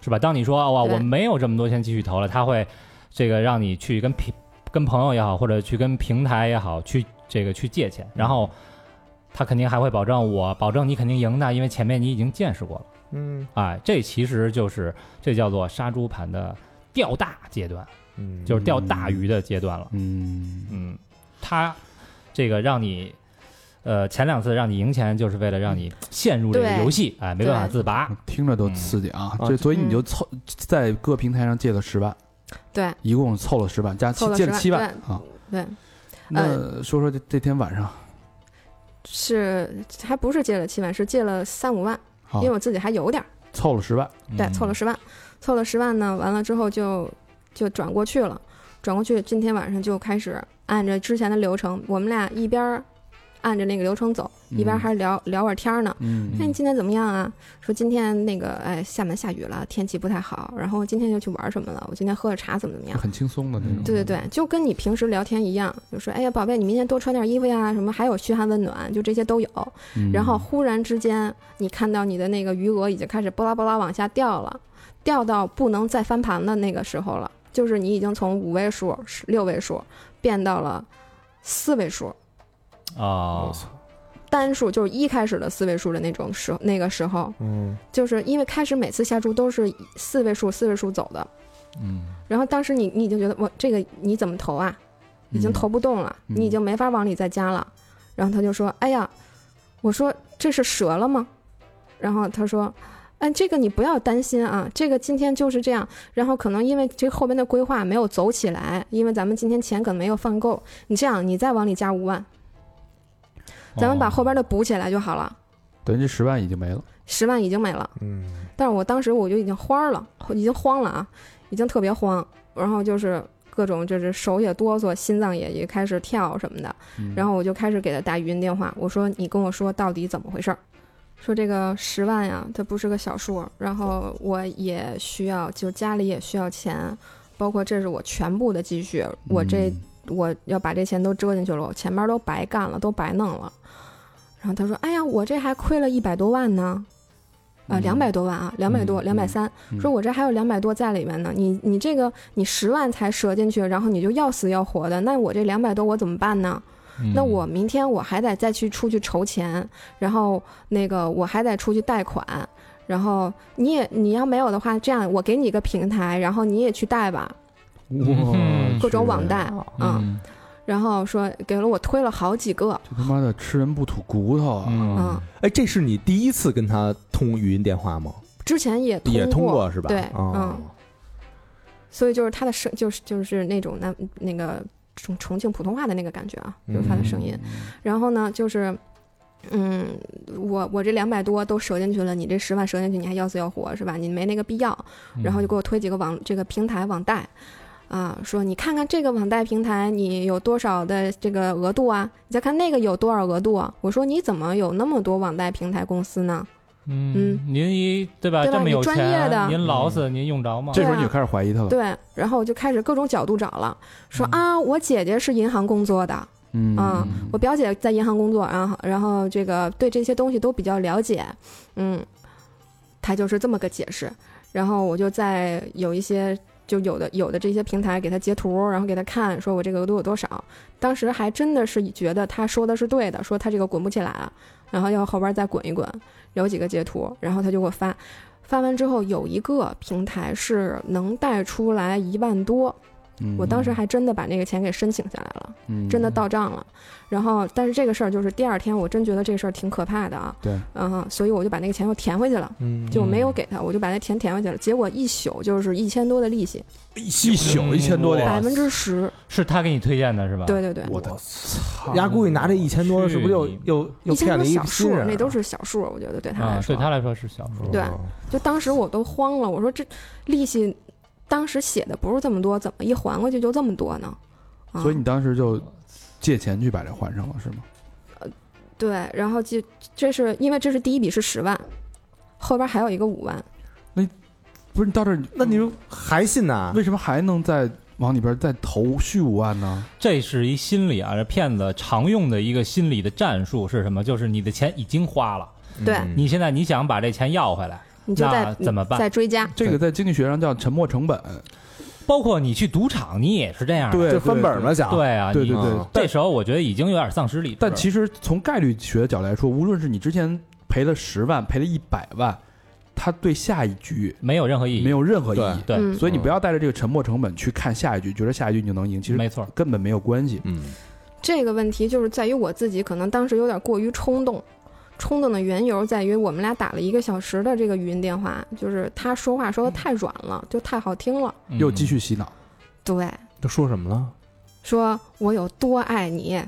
是吧？当你说啊，哇
对
我没有这么多钱继续投了，他会这个让你去跟平跟朋友也好，或者去跟平台也好，去这个去借钱，然后他肯定还会保证我，保证你肯定赢的，因为前面你已经见识过了。
嗯
哎，这其实就是这叫做杀猪盘的钓大阶段，
嗯
就是钓大鱼的阶段了。
嗯，
嗯，他这个让你，呃，前两次让你赢钱，就是为了让你陷入这个
对
游戏，哎，没办法
对
自拔。
听着都刺激啊！
嗯
这
啊
所以你
嗯
就凑在各平台上借了十万，
对
一共凑了十万，加七
凑了
借了
10万
七万啊。
对，呃
那说说这这天晚上，
是还不是借了七万，是借了三五万，
好
因为我自己还有点儿，
凑了十万，
对，凑了十万，凑了十万呢，完了之后就就转过去了，转过去，今天晚上就开始按着之前的流程，我们俩一边儿按着那个流程走，一边儿
嗯
还聊聊会儿天儿呢。
嗯
那你今天怎么样啊？说今天那个，哎，厦门下雨了，天气不太好。然后今天又去玩什么了？我今天喝了茶，怎么怎么样？
很嗯轻松的那种。
对对对，就跟你平时聊天一样，就说，哎呀，宝贝，你明天多穿点衣服呀，什么还有嘘寒问暖，就这些都有。
嗯
然后忽然之间，你看到你的那个余额已经开始巴拉巴拉往下掉了，掉到不能再翻盘的那个时候了，就是你已经从五位数、十六位数变到了四位数，
啊
我，操
单数就是一开始的四位数的那种时候那个时候，
嗯
就是因为开始每次下注都是四位数、四位数走的，
嗯，
然后当时你你已经觉得我这个你怎么投啊，已经投不动了，
嗯
你已经没法往里再加了。然后他就说：“哎呀，我说这是折了吗？”然后他说：“哎，这个你不要担心啊，这个今天就是这样。然后可能因为这后边的规划没有走起来，因为咱们今天钱可能没有放够。你这样，你再往里加五万，咱
哦
们把后边的补起来就好了。
等于这十万已经没了。
十万已经没了。”
嗯
但是我当时我就已经慌了，已经慌了啊，已经特别慌，然后就是各种就是手也哆嗦，心脏也也开始跳什么的，嗯然
后
后我就开始给他打语音电话，我说你跟我说到底怎么回事儿。说这个十万呀，它不是个小数，然后我也需要，就家里也需要钱，包括这是我全部的积蓄，我
嗯
这我要把这钱都折进去了，我前面都白干了，都白弄了。然后他说：“哎呀，我这还亏了一百多万呢，啊、
嗯
两百多万啊，两百多，
嗯
两百三。
嗯
说我这还有两百多在里面呢，你你这个你十万才折进去，然后你就要死要活的，那我这两百多我怎么办呢？
嗯
嗯
那我明天我还得再去出去筹钱，然后那个我还得出去贷款，然后你也你要没有的话，这样我给你一个平台，然后你也去贷吧，
嗯
各种网贷，啊。
嗯
然后说给了我推了好几个，
这他妈的吃人不吐骨头啊！
嗯，
哎，这是你第一次跟他通语音电话吗？
之前也通
也通
过
是吧？
对，
哦
嗯，所以就是他的声，就是就是那种那那个重重庆普通话的那个感觉啊，
嗯
就是他的声音。然后呢，就是。嗯，我我这两百多都折进去了，你这十万折进去，你还要死要活是吧？你没那个必要，然后就给我推几个网这个平台网贷，啊，说你看看这个网贷平台你有多少的这个额度啊？你再看那个有多少额度啊？我说你怎么有那么多网贷平台公司呢？
嗯
嗯，
您一对吧？
对吧
这么有
你专业的
钱，您
嗯
劳死您用着吗？
这时候你就开始怀疑他了。
对，然后我就开始各种角度找了，说
嗯
啊，我姐姐是银行工作的，
嗯
啊我表姐在银行工作，然后然后这个对这些东西都比较了解，嗯，她就是这么个解释。然后我就在有一些就有的有的这些平台给她截图，然后给她看，说我这个额度有多少。当时还真的是觉得她说的是对的，说她这个滚不起来，啊然后要后边再滚一滚，有几个截图，然后她就给我发。发完之后，有一个平台是能贷出来一万多，
嗯
我当时还真的把那个钱给申请下来了。
嗯
真的到账了。然后，但是这个事儿就是第二天，我真觉得这事儿挺可怕的啊。
对，
嗯哼，所以我就把那个钱又填回去了，
嗯
就没有给他，我就把那钱填回去了。结果一宿就是一千多的利息，
一宿一千
哇
多
啊
点，
百分之十。
是他给你推荐的是吧？
对对对，
我的操
丫估计拿这一千多，
去
是不是又
你
又又
一千
骗
多
了一啊
小数
新，人？
那都是小数，我觉得对他
啊
来，说
对，他来说是小
哦
数。
对就当时我都慌了，我说这利息，当时写的不是这么多，怎么一还过去就这么多呢？啊
所以你当时就借钱去把这还上了是吗？
对，然后就这是因为这是第一笔是十万，后边还有一个五万，
不是你到这儿，
那你说还信呐？
为什么还能在往里边再投续五万呢？
这是一心理啊，这骗子常用的一个心理的战术是什么？就是你的钱已经花了，
对
嗯
你现在你想把这钱要回来，
你就
那
再
怎么办
再追加，
这个在经济学上叫沉没成本。
包括你去赌场，你也是这样的。
对
这翻本儿嘛想，
对啊，
对
你
对对
啊，
这时候我觉得已经有点丧失理智了。
但其实从概率学的角度来说，无论是你之前赔了十万，赔了一百万，它对下一局
没有任何意义。
没有任何意
对
义。
对
嗯，
所以你不要带着这个沉没成本去看下一局，觉得下一局你就能赢，其实
没错，
根本没有关系。
嗯，
这个问题就是在于我自己可能当时有点过于冲动，冲动的缘由在于我们俩打了一个小时的这个语音电话，就是他说话说的太软了，就太好听了。
嗯
又继续洗脑，
对，
这说什么了？
说我有多爱你，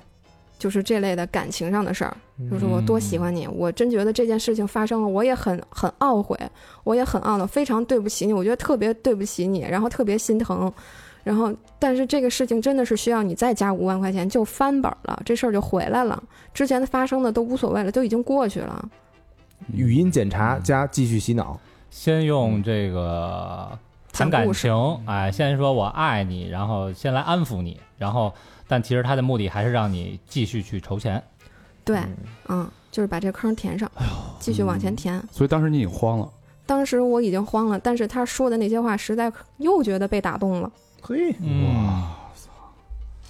就是这类的感情上的事儿，就是我多喜欢你，我真觉得这件事情发生了，我也很很懊悔，我也很懊恼，非常对不起你，我觉得特别对不起你，然后特别心疼。然后，但是这个事情真的是需要你再加五万块钱就翻本了，这事儿就回来了。之前的发生的都无所谓了，都已经过去了。
语音检查加继续洗脑，
先用这个谈
讲
感
故事嗯
情，哎，先说我爱你，然后先来安抚你，然后但其实他的目的还是让你继续去筹钱。
对，嗯，就是把这坑填上，继续往前填。
所以当时你已经慌了。
当时我已经慌了，但是他说的那些话，实在又觉得被打动了。
嘿，
嗯，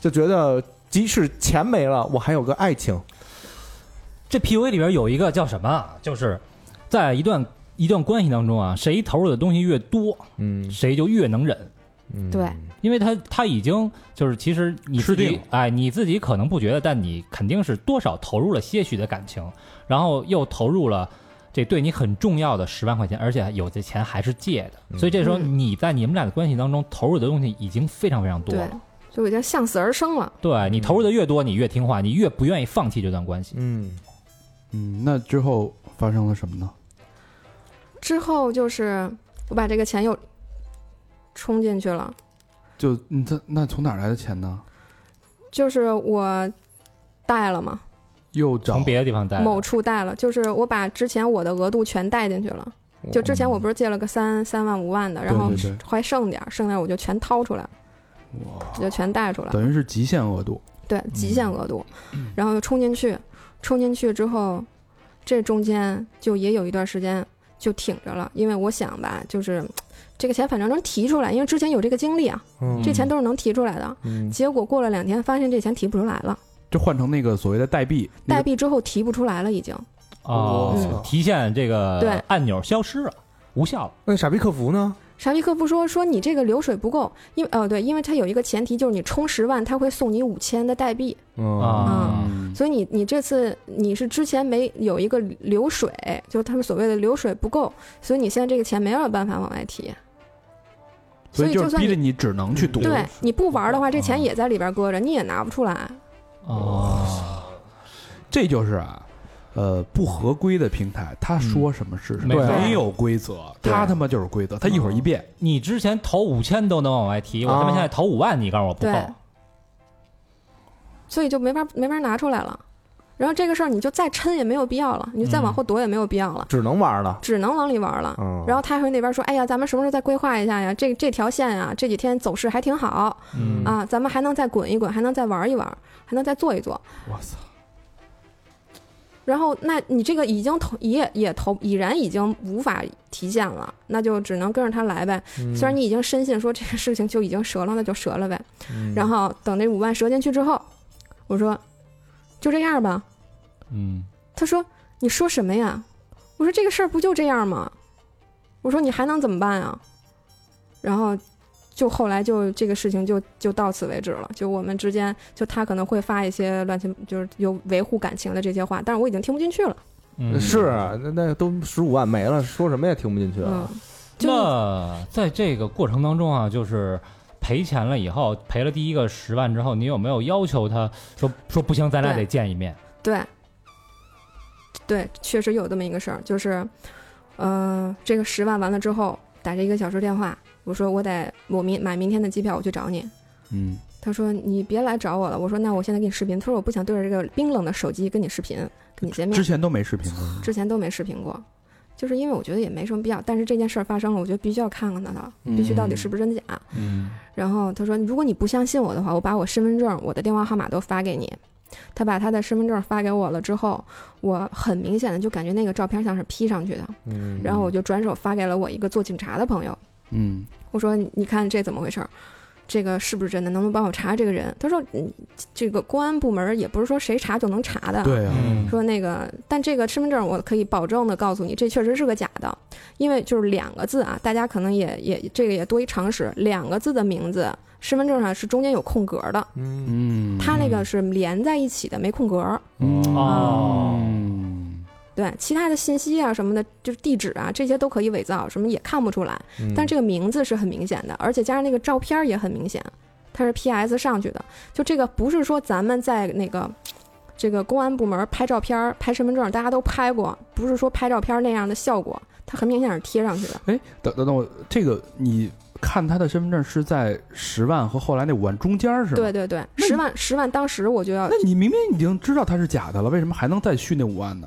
就觉得即使钱没了，我还有个爱情，
这 PUA 里边有一个叫什么啊？就是在一段一段关系当中啊，谁投入的东西越多，
嗯，
谁就越能忍。嗯
对
因为他他已经就是其实你自
吃定
己
了
哎你自己可能不觉得，但你肯定是多少投入了些许的感情，然后又投入了这对你很重要的十万块钱，而且有的钱还是借的，所以这时候
嗯
你在你们俩的关系当中投入的东西已经非常非常多
对
了。，
就已经向死而生了。
对你投入的越多，你越听话，你越不愿意放弃这段关系。
嗯，
嗯，那之后发生了什么呢？
之后就是我把这个钱又充进去了，
就你这那从哪儿来的钱呢？
就是我贷了嘛，
又找
从别的地方贷的，
某处贷了，就是我把之前我的额度全贷进去了。就之前我不是借了个三三万五万的，然后
对对对
还剩点儿，剩点儿我就全掏出来了，我就全贷出来了，
等于是极限额度，
对，极限额度，然后就充进去，充进去之后，这中间就也有一段时间就挺着了，因为我想吧，就是这个钱反正能提出来，因为之前有这个经历啊，
嗯
这钱都是能提出来的。
嗯
结果过了两天，发现这钱提不出来了，
就换成那个所谓的代币，那
代
个
币之后提不出来了，已经
哦
嗯
提现这
对
个按钮消失了，无效了。
那傻逼客服呢？
傻逼客服说说你这个流水不够，因为呃对，因为它有一个前提就是你充十万，他会送你五千的代币，
嗯
啊
嗯
所以你你这次你是之前没有一个流水，就是他们所谓的流水不够，所以你现在这个钱没有办法往外提。
所
所
以
以
就
就是算
逼着
你
你只能去赌，
对你不啊玩的话，这钱也在里边搁着，你也拿不出来。
哦，
这就是啊，呃，不合规的平台，他说什么是什么，
没错
没有规则，嗯
对
他他妈就是规则，他一会儿一变，
你之前投五千都能往外提，我他妈
啊
现在投五万，你告诉我不够
对。所以就没法没法拿出来了。然后这个事儿你就再抻也没有必要了，你就再往后躲也没有必要了，
只能玩了，
只能往里玩了。
嗯
然后他还会那边说：“哎呀，咱们什么时候再规划一下呀？这这条线啊，这几天走势还挺好
嗯
啊，咱们还能再滚一滚，还能再玩一玩，还能再做一做。
我操，”
然后，那你这个已经投也也投已然已经无法提现了，那就只能跟着他来呗。
嗯
虽然你已经深信说这个事情就已经折了，那就折了呗。
嗯
嗯
然后等这五万折进去之后，我说就这样吧。
嗯，
他说你说什么呀？我说这个事儿不就这样吗？我说你还能怎么办啊？然后就后来就这个事情就就到此为止了。就我们之间，就他可能会发一些乱七就是有维护感情的这些话，但是我已经听不进去了。
嗯
是啊那那都十五万没了，说什么也听不进去
嗯
了，，
就
那在这个过程当中啊，就是赔钱了以后，赔了第一个十万之后，你有没有要求他说说不行，咱俩
对
得见一面？
对，对，确实有这么一个事儿，就是，呃，这个十万完了之后，打这一个小时电话，我说我得我明买明天的机票，我去找你。
嗯，
他说你别来找我了。我说那我现在给你视频。他说我不想
嗯
对着这个冰冷的手机跟你视频，跟你见面
之。前都没视频过，
之前都没视频过，就是因为我觉得也没什么必要，但是这件事儿发生了，我觉得必须要看看它的，必须到底是不是真假。
嗯
然后他说，如果你不相信我的话，我把我身份证、我的电话号码都发给你。他把他的身份证发给我了之后，我很明显的就感觉那个照片像是 P 上去的，
嗯
然后我就转手发给了我一个做警察的朋友，
嗯，
我说你看这怎么回事儿？这个是不是真的？能不能帮我查这个人？他说，嗯，这个公安部门也不是说谁查就能查的。
对啊，
嗯
说那个，但这个身份证我可以保证的告诉你，这确实是个假的，因为就是两个字啊，大家可能也也这个也多一常识，两个字的名字，身份证上是中间有空格的，
嗯
嗯，
它那个是连在一起的，没空格。
哦
嗯，
对，其他的信息啊什么的，就是地址啊这些都可以伪造，什么也看不出来，
嗯
但这个名字是很明显的，而且加上那个照片儿也很明显，它是 PS 上去的。就这个不是说咱们在那个这个公安部门拍照片儿、拍身份证，大家都拍过，不是说拍照片儿那样的效果，它很明显是贴上去的。
哎，等等等我，这个你看他的身份证是在十万和后来那五万中间儿是吗？
对。对对，
那
十万十万，当时我就要
那，你明明已经知道他是假的了，为什么还能再续那五万呢？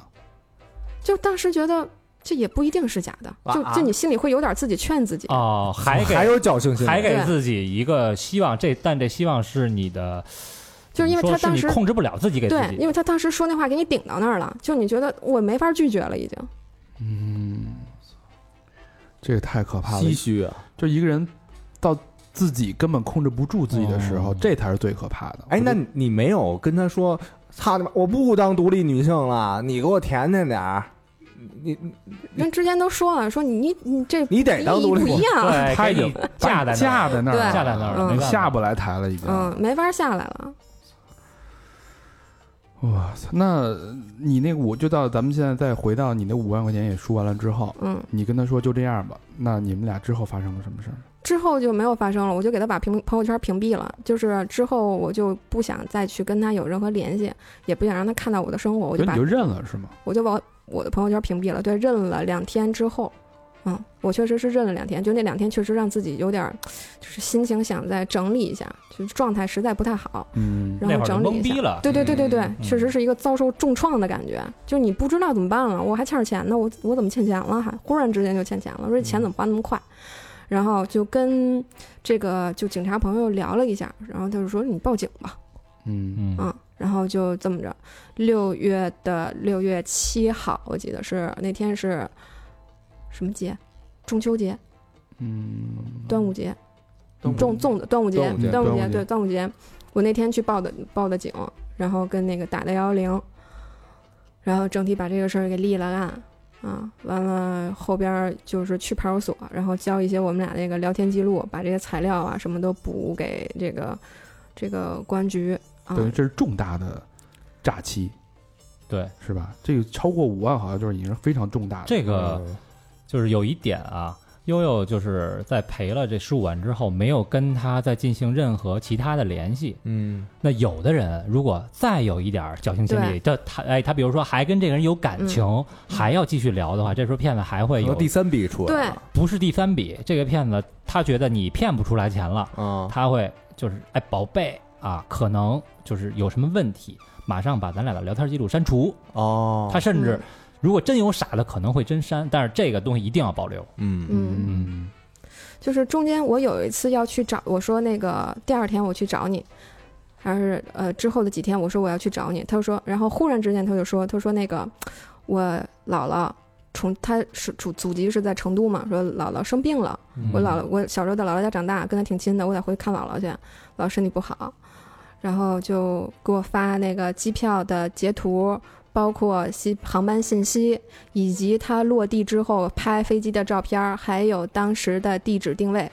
就当时觉得这也不一定是假的，就
啊
就你心里会有点自己劝自己。
哦，还给
还有侥幸心理，
还给
对
自己一个希望，这但这希望是你的，
就是因为
怎么
他
说
当
是
时
你控制不了自己给自
对，因
己，
为他当时说那话给你顶到那儿了，就你觉得我没法拒绝了，已经。
嗯，这个太可怕了
唏。嘘啊。
就一个人到自己根本控制不住自己的时候，
哦
这才是最可怕的。
哎，
我觉
那
得
你没有跟他说，操你妈，我不当独立女性了，你给我甜甜点儿，你你
人之前都说了，说你你你这
你得当独立
不
女
一
性。
样，啊
对，
他
给
已
你
经
架
把
在
你架
那儿
在那儿了，
对
架在那儿了
嗯
没
你
办法
下不来台了已经。
嗯，没法下来了。
哇塞，那你那五就到咱们现在再回到你那五万块钱也输完了之后，
嗯，
你跟他说就这样吧。那你们俩之后发生了什么事儿？
之后就没有发生了，我就给他把屏朋友圈屏蔽了。就是之后我就不想再去跟他有任何联系，也不想让他看到我的生活，我
我
就
你
把
就认了是吗？
我就把我的朋友圈屏蔽了。对，认了两天之后，嗯，我确实是认了两天，就那两天确实让自己有点儿，就是心情想再整理一下，就是状态实在不太好，
嗯，
然
那会
后
儿就
整理
懵
一下
逼。了，
对对对对对，
嗯
确实是一个遭受重创的感觉，就是你不知道怎么办了，我还欠着钱呢，我我怎么欠钱了还？忽然之间就欠钱了，说这钱怎么还那么快？然后就跟这个就警察朋友聊了一下，然后他就说你报警吧，
嗯
嗯，
嗯，然后就这么着，六月的六月七号，我记得是那天是什么节？中秋节、
嗯，
端午节，
中
中粽子，端午节
端午节，
午
端午
节，
节
对，端午节。我那天去报的报的警，然后跟那个打的幺幺零，然后整体把这个事儿给立了案，啊，完了后边儿就是去派出所，然后交一些我们俩那个聊天记录，把这些材料啊什么都补给这个这个公安局啊，
等于这是嗯重大的诈欺
对，
是吧？这个超过五万好像就是已经是非常重大的。
这个就是有一点啊。悠悠就是在赔了这十五万之后，没有跟他再进行任何其他的联系。
嗯，
那有的人如果再有一点儿侥幸心理，他他哎，他比如说还跟这个人有感情，还要继续聊的话，这时候骗子还会
然
有
后第三笔出
对
来了，
不是第三笔，这个骗子他觉得你骗不出来钱了，
啊，
他会就是哎宝贝啊，可能就是有什么问题，马上把咱俩的聊天记录删除。
哦，
他甚至
嗯
如果真有傻的，可能会真删，但是这个东西一定要保留。
嗯
嗯。
嗯
就是中间我有一次要去找，我说那个第二天我去找你，还是呃之后的几天，我说我要去找你，他就说，然后忽然之间他就说，他说那个我姥姥从他是祖祖籍是在成都嘛，说姥姥生病了，
嗯
我姥姥
嗯
我小时候在姥姥家长大，跟她挺亲的，我得回去看姥姥去，姥姥身体不好，然后就给我发那个机票的截图。包括西航班信息，以及他落地之后拍飞机的照片儿，还有当时的地址定位，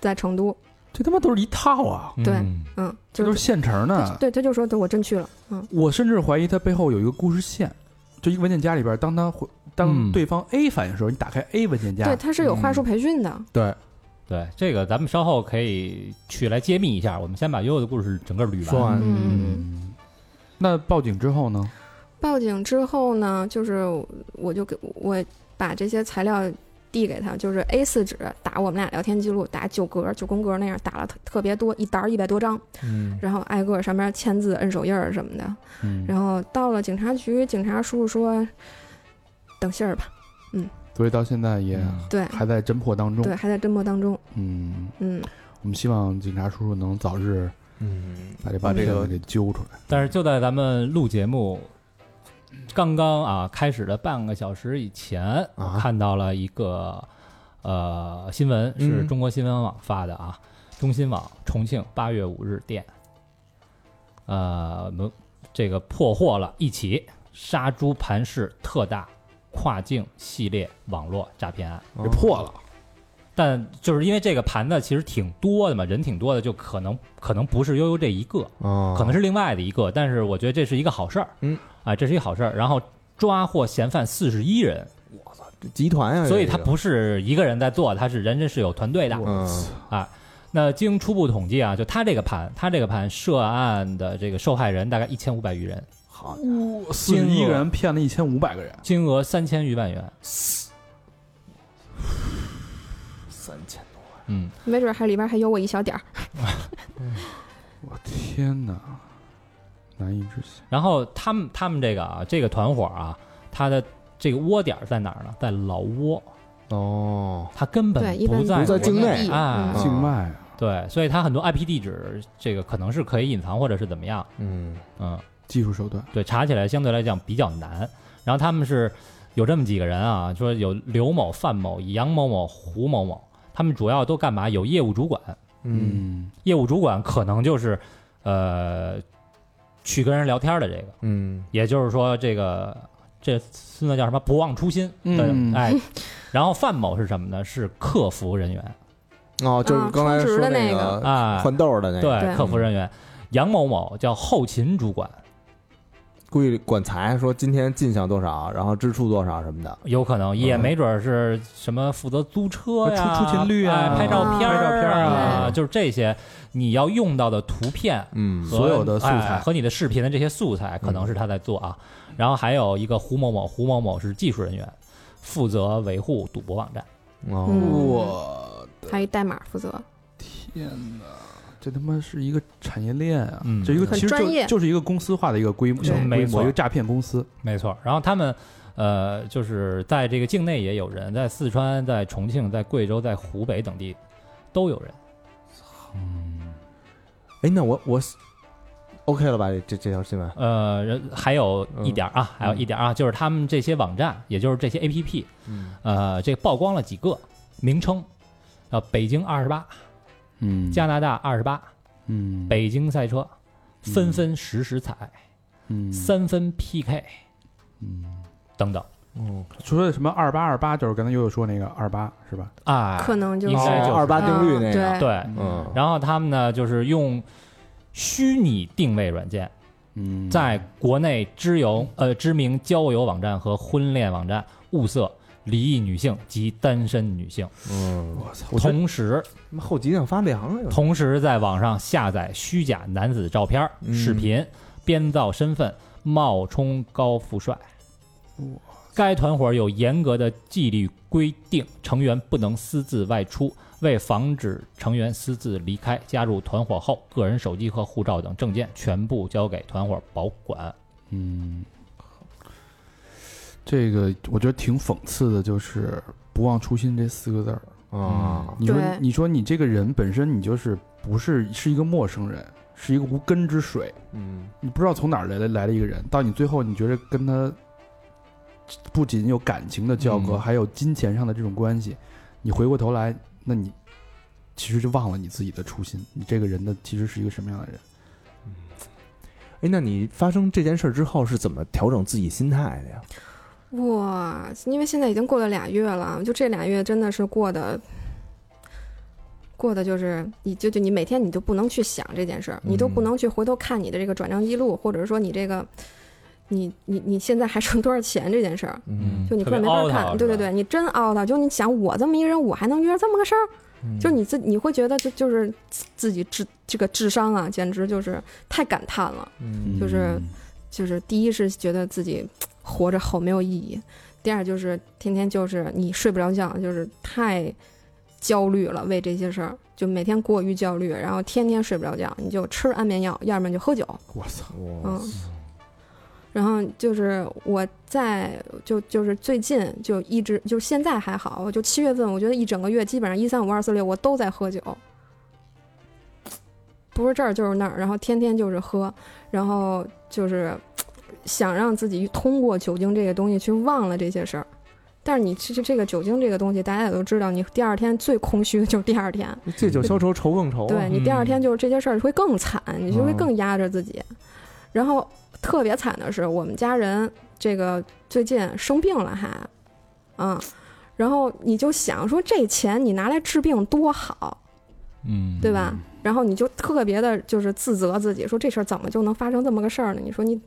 在成都。
这他妈都是一套啊！
对
嗯
嗯，
这
就
都是现成
他
的。
对，他就说对我真去了。嗯，
我甚至怀疑他背后有一个故事线，就一个文件夹里边，当他回当
嗯
对方 A 反应的时候，你打开 A 文件夹
对，，他是
嗯
有话术培训的。
对，
对，这个咱们稍后可以去来揭秘一下。我们先把悠悠的故事整个捋
说啊完
完。
嗯，
嗯，那报警之后呢？
报警之后呢，就是我就给我把这些材料递给他，就是 A 4纸打我们俩聊天记录，打九格、九宫格那样打了特特别多，一沓一百多张，
嗯
然后挨个上面签字、摁手印儿什么的。
嗯，
然后到了警察局，警察叔叔说：“等信儿吧。”
所以到现在也
嗯
对
还在侦破当中
对，。还在侦破当中。
嗯，
嗯，
我们希望警察叔叔能早日
嗯，
把这
把这个
骗子给揪出来。
但是就在咱们录节目刚刚啊开始的半个小时以前，
啊
我看到了一个呃新闻，是
嗯
中国新闻网发的啊，中新网重庆八月五日电，呃，门这个破获了一起杀猪盘式特大跨境系列网络诈骗案。
这破了，
但就是因为这个盘子其实挺多的嘛，人挺多的，就可能可能不是悠悠这一个，
哦，
可能是另外的一个，但是我觉得这是一个好事儿，
嗯，
啊，这是一个好事儿。然后抓获嫌犯四十一人，
集团哎呀，
所以
这
他
个
不是一个人在做，他是人家是有团队的。
嗯
那经初步统计啊，就他这个盘，他这个盘涉案的这个受害人大概一千五百余人，
好，四十一
金额
个人骗了一千五百个人，
金额三千余万元，
三千多万，
嗯，
没准儿还里边儿还有我一小点儿。
我天哪，难以置信。
然后他们他们这个啊，这个团伙啊，他的这个窝点儿在哪儿呢？在老挝，
哦，
他根本
对，一般
不在
不
国
在
国
境
内
内
内地
啊
嗯
境外啊，
对，所以他很多 IP 地址这个可能是可以隐藏或者是怎么样，
嗯，
嗯，
技术手段，
对，查起来相对来讲比较难。然后他们是有这么几个人啊，说有刘某、范某、杨某某、胡某某，他们主要都干嘛？有业务主管，
嗯
业务主管可能就是呃去跟人聊天的这个，
嗯
也就是说这个这孙子叫什么？不忘初心，
嗯
对哎。然后范某是什么呢？是客服人员
哦，就是
啊
刚才
充值
说
的
那
那
个
啊，
换豆儿的那个，
对，
对
客服人员。杨某某叫后勤主管，
故意管财，说今天进项多少，然后支出多少什么的，
有可能，也
嗯
没准儿是什么负责租车呀、
出出勤率啊
哎拍照片
拍照
儿
片儿
啊，
啊
就是这些你要用到的图片
嗯
和
所有的素材嗯
哎和你的视频的这些素材，可能是他在做啊。然后还有一个胡某某，胡某某是技术人员，负责维护赌博网站。
哦，
嗯
我
还有一代码负责，
天哪，这他妈是一个产业链啊！
嗯
这一个
很
其实
专
就
业
就是一个公司化的一个规模，
对
小规
没错
模一个诈骗公司。
没错。然后他们呃，就是在这个境内也有人，在四川、在重庆、在贵州、在湖北等地都有人。
嗯，
哎，那我我 OK 了吧？这这条新闻，
呃，人还有一点儿啊，还有
嗯
一点儿啊，就是他们这些网站，也就是这些 APP，
嗯
呃，这曝光了几个名称，呃，北京二十八、
嗯，
加拿大二十八、
嗯
北京赛车，纷纷实时踩、
嗯
三分 PK
嗯，
等等
嗯，
说的什么二八二八，就是刚才悠悠说那个二八是吧？
啊，
可能就
应
是
该就是
哦二八定律那
啊
个，
对
对。
嗯，
然后他们呢，就是用虚拟定位软件，
嗯，
在国内知友呃知名交友网站和婚恋网站物色离异女性及单身女性，
嗯，
我操，我觉得
同时
他妈后脊梁发凉了，有点
同时在网上下载虚假男子照片、
嗯
视频，编造身份，冒充高富帅
哇。
该团伙有严格的纪律规定，成员不能私自外出。为防止成员私自离开，加入团伙后，个人手机和护照等证件全部交给团伙保管。
嗯，这个我觉得挺讽刺的，就是“不忘初心”这四个字儿。
啊，
嗯
你说
对，
你说你这个人本身你就是不是是一个陌生人，是一个无根之水，
嗯
你不知道从哪儿来的来的一个人，到你最后你觉得跟他不仅有感情的交割，
嗯
还有金钱上的这种关系，你回过头来，那你其实就忘了你自己的初心，你这个人的其实是一个什么样的人？
哎，那你发生这件事儿之后是怎么调整自己心态的呀？
哇，因为现在已经过了俩月了，就这俩月真的是过的，过的就是你就就你每天你就不能去想这件事儿，你都
嗯
不能去回头看你的这个转账记录，或者是说你这个，你你你现在还剩多少钱这件事儿，
嗯
就你
特别
根本没法
懊恼
看。对
是吧
对对，你真懊恼，就你想我这么一人，我还能遇到这么个事儿，
嗯
嗯
就你自你会觉得就就是自自己智这个智商啊，简直就是太感叹了。
嗯
就是就是第一是觉得自己活着好没有意义，第二就是天天就是你睡不着觉，就是太焦虑了，为这些事儿就每天过于焦虑，然后天天睡不着觉，你就吃安眠药，要不然就喝酒，
我操，
我
嗯。然后就是我在就就是最近就一直就现在还好，就七月份，我觉得一整个月基本上一三五二四六我都在喝酒，不是这儿就是那儿，然后天天就是喝，然后就是想让自己通过酒精这个东西去忘了这些事儿。但是你其实这个酒精这个东西，大家也都知道，你第二天最空虚的就是第二天，
借酒消愁，愁更愁啊。
对你第二天就是这些事儿会更惨，你就会更压着自己。然后特别惨的是，我们家人这个最近生病了还，嗯，然后你就想说这钱你拿来治病多好，
嗯，
对吧？然后你就特别的就是自责自己，说这事儿怎么就能发生这么个事儿呢？你说你，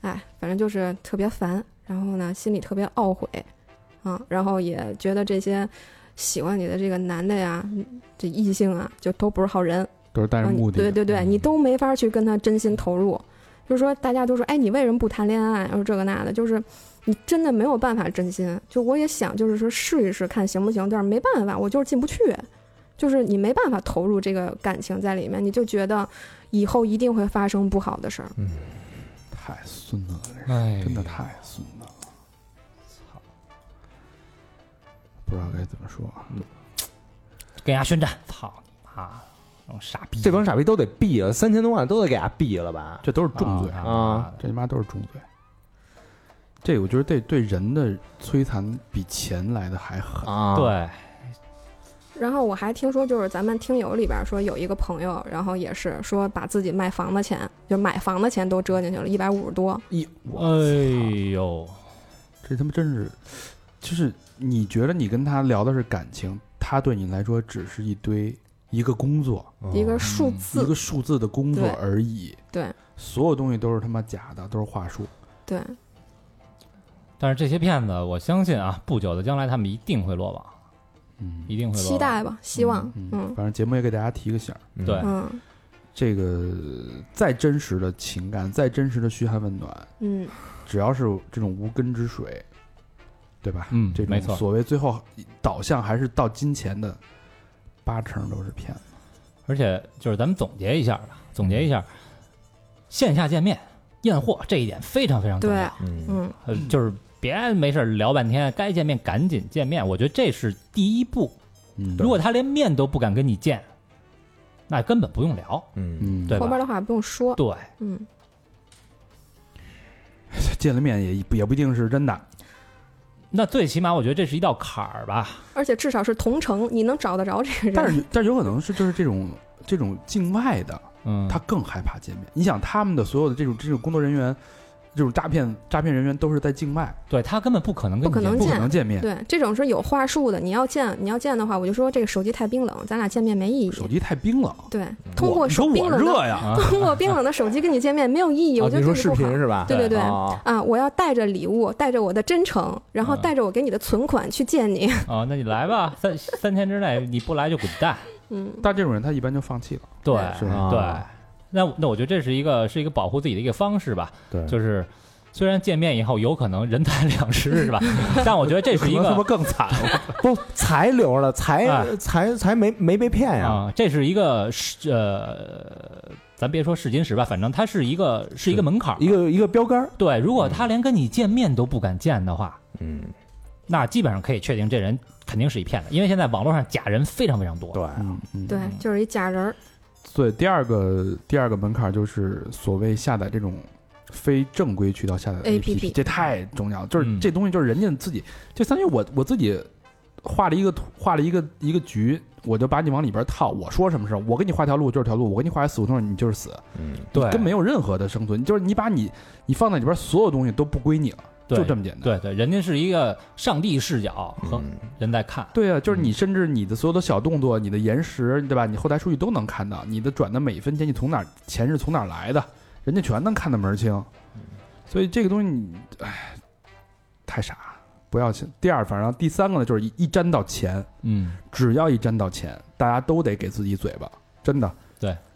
哎，反正就是特别烦，然后呢心里特别懊悔，嗯，然后也觉得这些喜欢你的这个男的呀，嗯这异性啊，就都不是好人。
都是带着
嗯
目的的。
对对对，你都没法去跟他真心投入。就是说，大家都说，哎，你为什么不谈恋爱？然后这个那的，就是你真的没有办法真心。就我也想，就是说试一试看行不行，但是没办法，我就是进不去。就是你没办法投入这个感情在里面，你就觉得以后一定会发生不好的事儿。
嗯太孙子了，这人
哎，
真的太孙子了，
操，
不知道该怎么说啊。
给人家宣战，操你妈，那种傻逼，啊
这帮傻逼都得毙了，三千多万都得给他毙了吧？
这都是重罪，
啊
啊
这他妈都是重罪。这我觉得对对人的摧残比钱来的还狠。
啊，，
对，
然后我还听说，就是咱们听友里边说有一个朋友，然后也是说把自己卖房的钱，就买房的钱都折进去了，一百五十多。
哎呦，
这他妈真是，就是你觉得你跟他聊的是感情，他对你来说只是一堆一个工作，
一个数字
哦一，个数字的工作
对
而已。
对，
所有东西都是他妈假的，都是话术。
对，
但是这些骗子，我相信啊，不久的将来他们一定会落网，
嗯，
一定会落网。
期待吧，希望，
嗯，反正节目也给大家提个醒儿，
嗯
对
嗯
这个再真实的情感，再真实的嘘寒问暖，
嗯。
只要是这种无根之水，对吧？
嗯
这
没
种
错
所谓最后导向还是到金钱的，八成都是骗子。
而且就是咱们总结一下吧，总结一
嗯
下，线下见面验货这一点非常非常重
对
要，，
嗯，
嗯，
呃，就是别没事儿聊半天，该见面赶紧见面，我觉得这是第一步。
嗯
如果他连面都不敢跟你见，那根本不用聊，
嗯，
嗯，
对
后
吧？
边的话不用说，
对，
嗯，
见了面也也不一定是真的。
那最起码我觉得这是一道坎儿吧。
而且至少是同城，你能找得着这个人。
但是但是有可能是就是这种这种境外的，
嗯，
他更害怕见面。你想他们的所有的这种这种工作人员，这种诈骗诈骗人员都是在境外，
对他根本不可能跟
不可
你
能
见
不
面
可能见面。
对，这种是有话术的。你要见，你要见的话，我就说这个手机太冰冷，咱俩见面没意
手
义。
机太冰冷，
对，通
我
过
你说
手冰
我
冷的，
热哎呀，
啊。
通过冰冷的手机跟你见面没有意义，我
哦
觉
你
得
说
这
视
个不
频
好。
是吧？
对对对
哦
啊，我要带着礼物，带着我的真诚，然后
嗯
带着我给你的存款去见你。
啊，那你来吧，三三天之内你不来就滚蛋。
嗯，
但这种人他一般就放弃了。
对
是吧
啊
对，那我那我觉得这是一个是一个保护自己的一个方式吧，
对
就是。虽然见面以后有可能人财 两失是吧？但我觉得这是一
可能他妈
个
更惨了。
不才留了，
哎
才才才没没被骗呀，
啊，这是一个是呃，咱别说试金石吧，反正它是一个是一个门槛儿。
一个一个标杆儿，
对，如果他连跟你见面都不敢见的话，
嗯，
那基本上可以确定这人肯定是一骗子，因为现在网络上假人非常非常多。
对，
嗯嗯，
对，就是一假人儿。
对，第二个第二个门槛就是所谓下载这种非正规渠道下载的
APP
APP，这太重要了。就是、
嗯
这东西就是人家自己，就相当于我我自己画了一个图，画了一个一个局，我就把你往里边套。我说什么事儿，我给你画条路就是条路，我给你画死胡同你就是死，
嗯，
对，
跟没有任何的生存。就是你把你你放在里边所有东西都不归你了，
对
就这么简单。
对对，人家是一个上帝视角和
嗯
人在看。
对啊，就是你，甚至你的所有的小动作、你的延时，对吧？你后台数据都能看到，你的转的每一分钱，你从哪儿钱是从哪儿来的，人家全能看得门儿清。所以这个东西你，哎，太傻，不要钱。第二，反正第三个呢，就是一一沾到钱，
嗯，
只要一沾到钱，大家都得给自己嘴巴，真的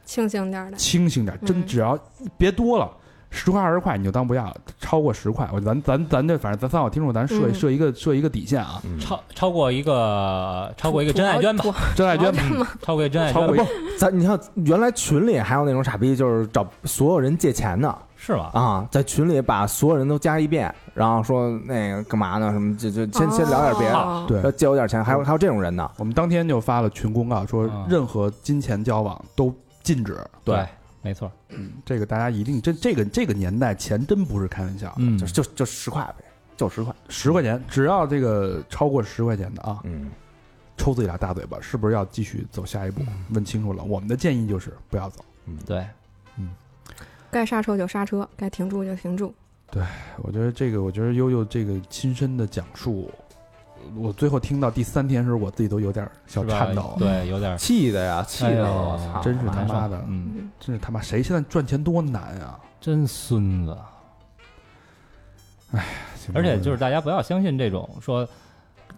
清醒点儿的，
清醒点，真
嗯
只要别多了。十块二十块你就当不要了，超过十块，我咱咱咱这反正咱三好听众，咱设
嗯
设一个设一个底线啊，
嗯
超超过一个超过一个
土
真爱
豪
捐吧
土，
真爱嗯捐吧，
超过一个真爱
超
捐
过
吧
一
咱你看，原来群里还有那种傻逼，就是找所有人借钱的，
是吗？
啊，在群里把所有人都加一遍，然后说那个干嘛呢？什么就就先先聊点别的，
哦
对
要借我点钱，还有还有这种人呢。
我们当天就发了群公告，说
啊
任何金钱交往都禁止。
对，没错，
这个大家一定这这个这个年代钱真不是开玩笑，
嗯
就就就十块呗，就十块。
十块钱只要这个超过十块钱的啊，
嗯，
抽自己俩大嘴巴，是不是要继续走下一步？问清楚了，我们的建议就是不要走。
对，
该刹车就刹车，该停住就停住。
哎我觉得这个，我觉得悠悠这个亲身的讲述，我最后听到第三天时，我自己都有点小
是吧
颤抖，
对，有点
气的呀，气
哎
的
呦
我操！
真是他妈
难受
的，
嗯，
嗯，
真是他妈谁现在赚钱多难啊！
真孙子。
行吧
而且就是大家不要相信这种说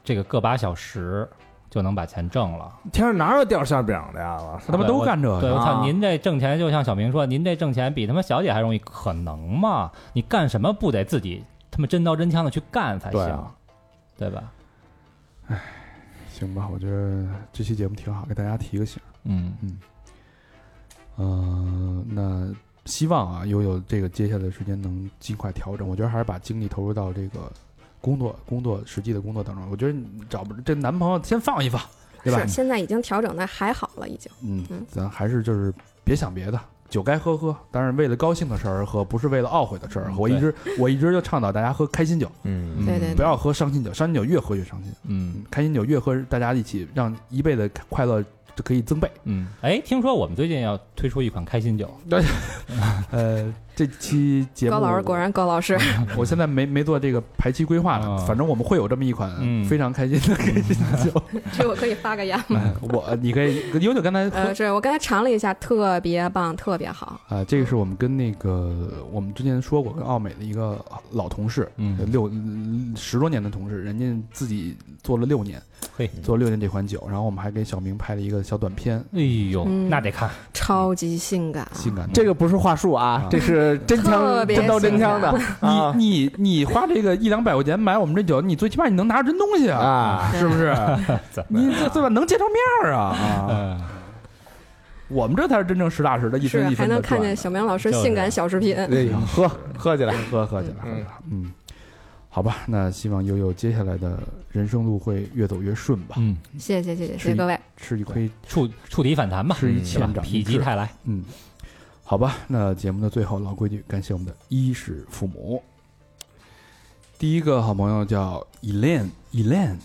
这个个把小时就能把钱挣了。
天上哪有掉馅饼的呀？我操
他他妈都干这
对，
个，
我
啊
操！您这挣钱就像小明说，您这挣钱比他妈小姐还容易，可能吗？你干什么不得自己他妈真刀真枪的去干才行，
对
对
啊，
吧？
行吧，我觉得这期节目挺好，给大家提个醒。
嗯，
嗯，那希望啊，悠悠这个接下来的时间能尽快调整。我觉得还是把精力投入到这个工作、工作实际的工作当中。我觉得你找不这男朋友先放一 放，对吧
是？现在已经调整的还好了，已经。
嗯
嗯，
咱还是就是别想别的，酒该喝喝，但是为了高兴的事儿而喝，不是为了懊悔的事儿而
嗯
喝。我一直我一直就倡导大家喝开心酒，
嗯
嗯
对对对，
不要喝伤心酒，伤心酒越喝越伤心。
嗯
开心酒越喝，大家一起让一辈子快乐就可以增倍。
嗯，哎，听说我们最近要推出一款开心酒，
呃，这期节目
高老师果然高 老师，
我现在没没做这个排期规划呢，
啊
反正我们会有这么一款
嗯
非常开心的 开心酒。
这我可以发个言吗？
我你可以悠悠刚才喝
呃，这我刚才尝了一下，特别棒，特别好。
啊，这个是我们跟那个我们之前说过跟奥美的一个老同事，
嗯，
六十多年的同事，人家自己做了六年，
嘿，
做了六年这款酒，然后我们还给小明拍了一个小短片，
哎呦，
嗯
那得看，
超级性感，啊
性感的。
这个不是话术啊
啊，
这 是真
特
枪
别
真刀真枪的啊
你你你花这个一两百块钱买我们这酒，你最起码你能拿着真东西 啊，
啊！
是不是？
怎
你这对吧？能见着面儿啊啊！
嗯，
我们这才是真正实打实的，一
是啊
分一
还
分
能
的
看见小明老师
就是
性感小视频。
哎呦，喝喝起来，
喝喝去了，喝去了。嗯，好吧，那希望悠悠接下来的人生路会越走越顺吧。
嗯，
谢谢谢谢谢
是
谢各位，
吃一亏，
触触底反弹吧，
吃一
是吧
堑长一
否极
智。
泰来，
嗯，好吧，那节目的最后老规矩，感谢我们的衣食父母。第一个好朋友叫 Elaine，Elaine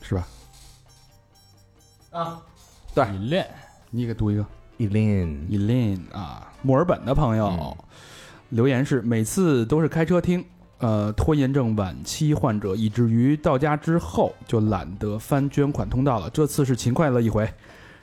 是吧？
对
你练，
你给读一个。
e l i n
Elaine 啊，墨尔本的朋友、
嗯
留言是：每次都是开车听，呃，拖延症晚期患者，以至于到家之后就懒得翻捐款通道了。这次是勤快了一回。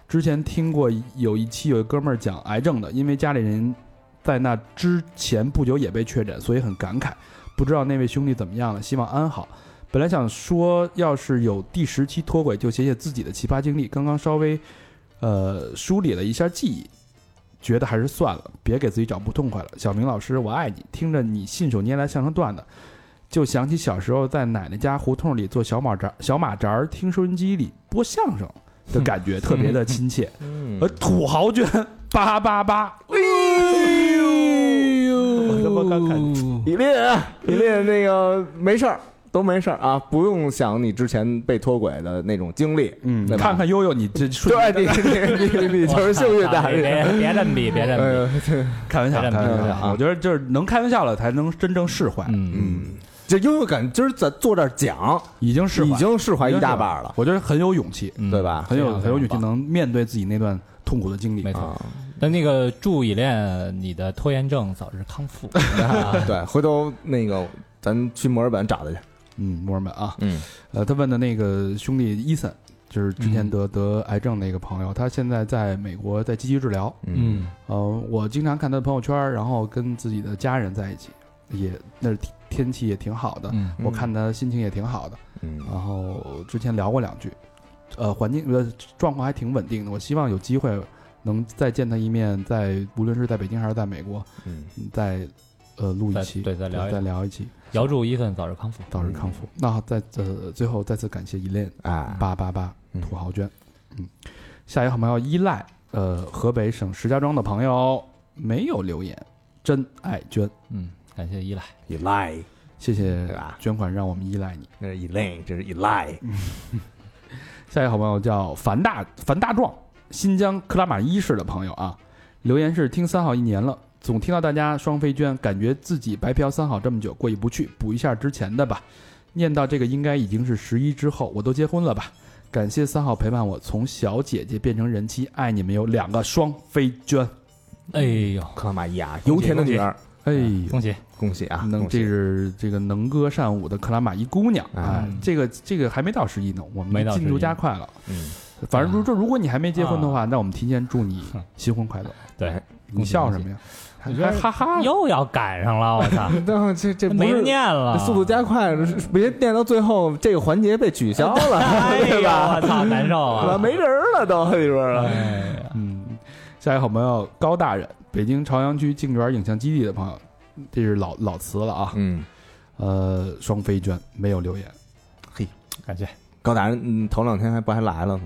之前听过有一期有一哥们儿讲癌症的，因为家里人在那之前不久也被确诊，所以很感慨。不知道那位兄弟怎么样了，希望安好。本来想说，要是有第十期脱轨，就写写自己的奇葩经历。刚刚稍微，呃，梳理了一下记忆，觉得还是算了，别给自己找不痛快了。小明老师，我爱你。听着你信手拈来相声段子，就想起小时候在奶奶家胡同里做小马扎、小马扎儿，听收音机里播相声的感 觉，特别的亲切。
嗯
呃，土豪捐八八八，
我他妈刚看李烈啊，李
嗯
烈那个没事儿，都没事儿啊，不用想你之前被脱轨的那种经历，
嗯，
对吧
看看悠悠，你这顺
对，你你你你就是幸运
哇
的
操别
人。
哎别这么 比，别这么比。
嗯，这
开玩笑，开
开玩笑
玩笑
啊
我觉得就是能开玩笑了，才能真正释怀，
嗯，
这优越感今儿咱坐这儿讲，
已经释怀，
已经释怀
已
一
经释
大半了，啊
我觉得很有勇气，
嗯
对？吧？
很
非
有
常
很有
非
勇
常
气，
棒
能面对自己那段痛苦的经历
没。错。
啊，
但那个祝以恋你的拖延症早日康复。
对，回头那个咱去墨尔本找他去。
嗯，墨尔本啊，
嗯，
呃，他问的那个兄弟伊森，就是之前
嗯
得、得癌症那个朋友，他现在在美国在积极治疗。
嗯，
呃，我经常看他的朋友圈，然后跟自己的家人在一起，也那儿天天气也挺好的，
嗯
我看他心情也挺好的。
嗯
然后之前聊过两句，呃，环境呃状况还挺稳定的。我希望有机会能再见他一面，在无论是在北京还是在美国，
嗯，
再呃录一
再
期，
对再聊一
再聊一期，
遥祝伊森早日康复。
早日康复。那再呃最后再次感谢 Elaine
哎，
八八八
嗯
土豪捐，嗯，下一个好朋友依赖，呃，河北省石家庄的朋友没有留言，真爱捐，
嗯，感谢依赖，
依赖，
谢谢
对吧
捐款，让我们依赖你。
那是依赖，这是依赖。
嗯
下一个好朋友叫樊大樊大壮，新疆克拉玛依市的朋友啊，留言是听三好一年了，总听到大家双飞娟，感觉自己白嫖三好这么久过意不去，补一下之前的吧。念到这个应该已经是十一之后，我都结婚了吧？感谢三好陪伴我从小姐姐变成人妻，爱你们有两个双飞娟。
哎呦，
克拉玛依啊，油田的女儿，
哎呦，
恭喜，
恭喜啊！
能
恭喜
这是这个能歌善舞的克拉玛依姑娘啊
嗯，
这个这个还没到十一呢，我
没
们
到
进度
11
加快了。
嗯，
反正如说，如果你还没结婚的话，那我们提前祝你
啊哼
新婚快乐。
对，
你笑什么呀？还
哎我觉得
还哈哈，
又要赶上了，我操，
那这这不
没
是
念了，
速度加快，别念到最后这个环节被取消了，
哎
对
呦，我
吧？
操，难受
对吧？
啊！
没人了都，你说了？
哎
嗯，下一个好朋友高大人，北京朝阳区静园影像基地的朋友，这是老老词了啊。
嗯，
呃，双飞娟没有留言，
感谢
高达人嗯头两天还不还来了吗？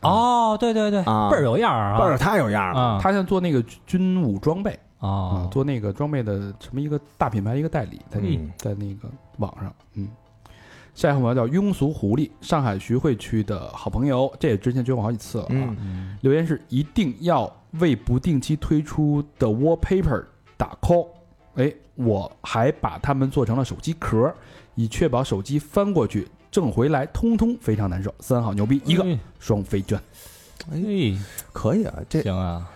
哦，对对对，
啊
倍儿有样儿啊，
倍儿太有样了，
啊
他现在做那个军军武装备啊
哦，，
做那个装备的什么一个大品牌一个代理，在
嗯
在那个网上，嗯。下一个好朋友叫庸俗狐狸，上海徐汇区的好朋友，这也之前捐过好几次了啊。
嗯，
嗯
留言是一定要为不定期推出的 wallpaper 打 call。哎，我还把它们做成了手机壳，以确保手机翻过去正回来通通非常难受。三好牛逼，一个
嗯
哎
双飞卷。
哎，
可以啊，这
行啊，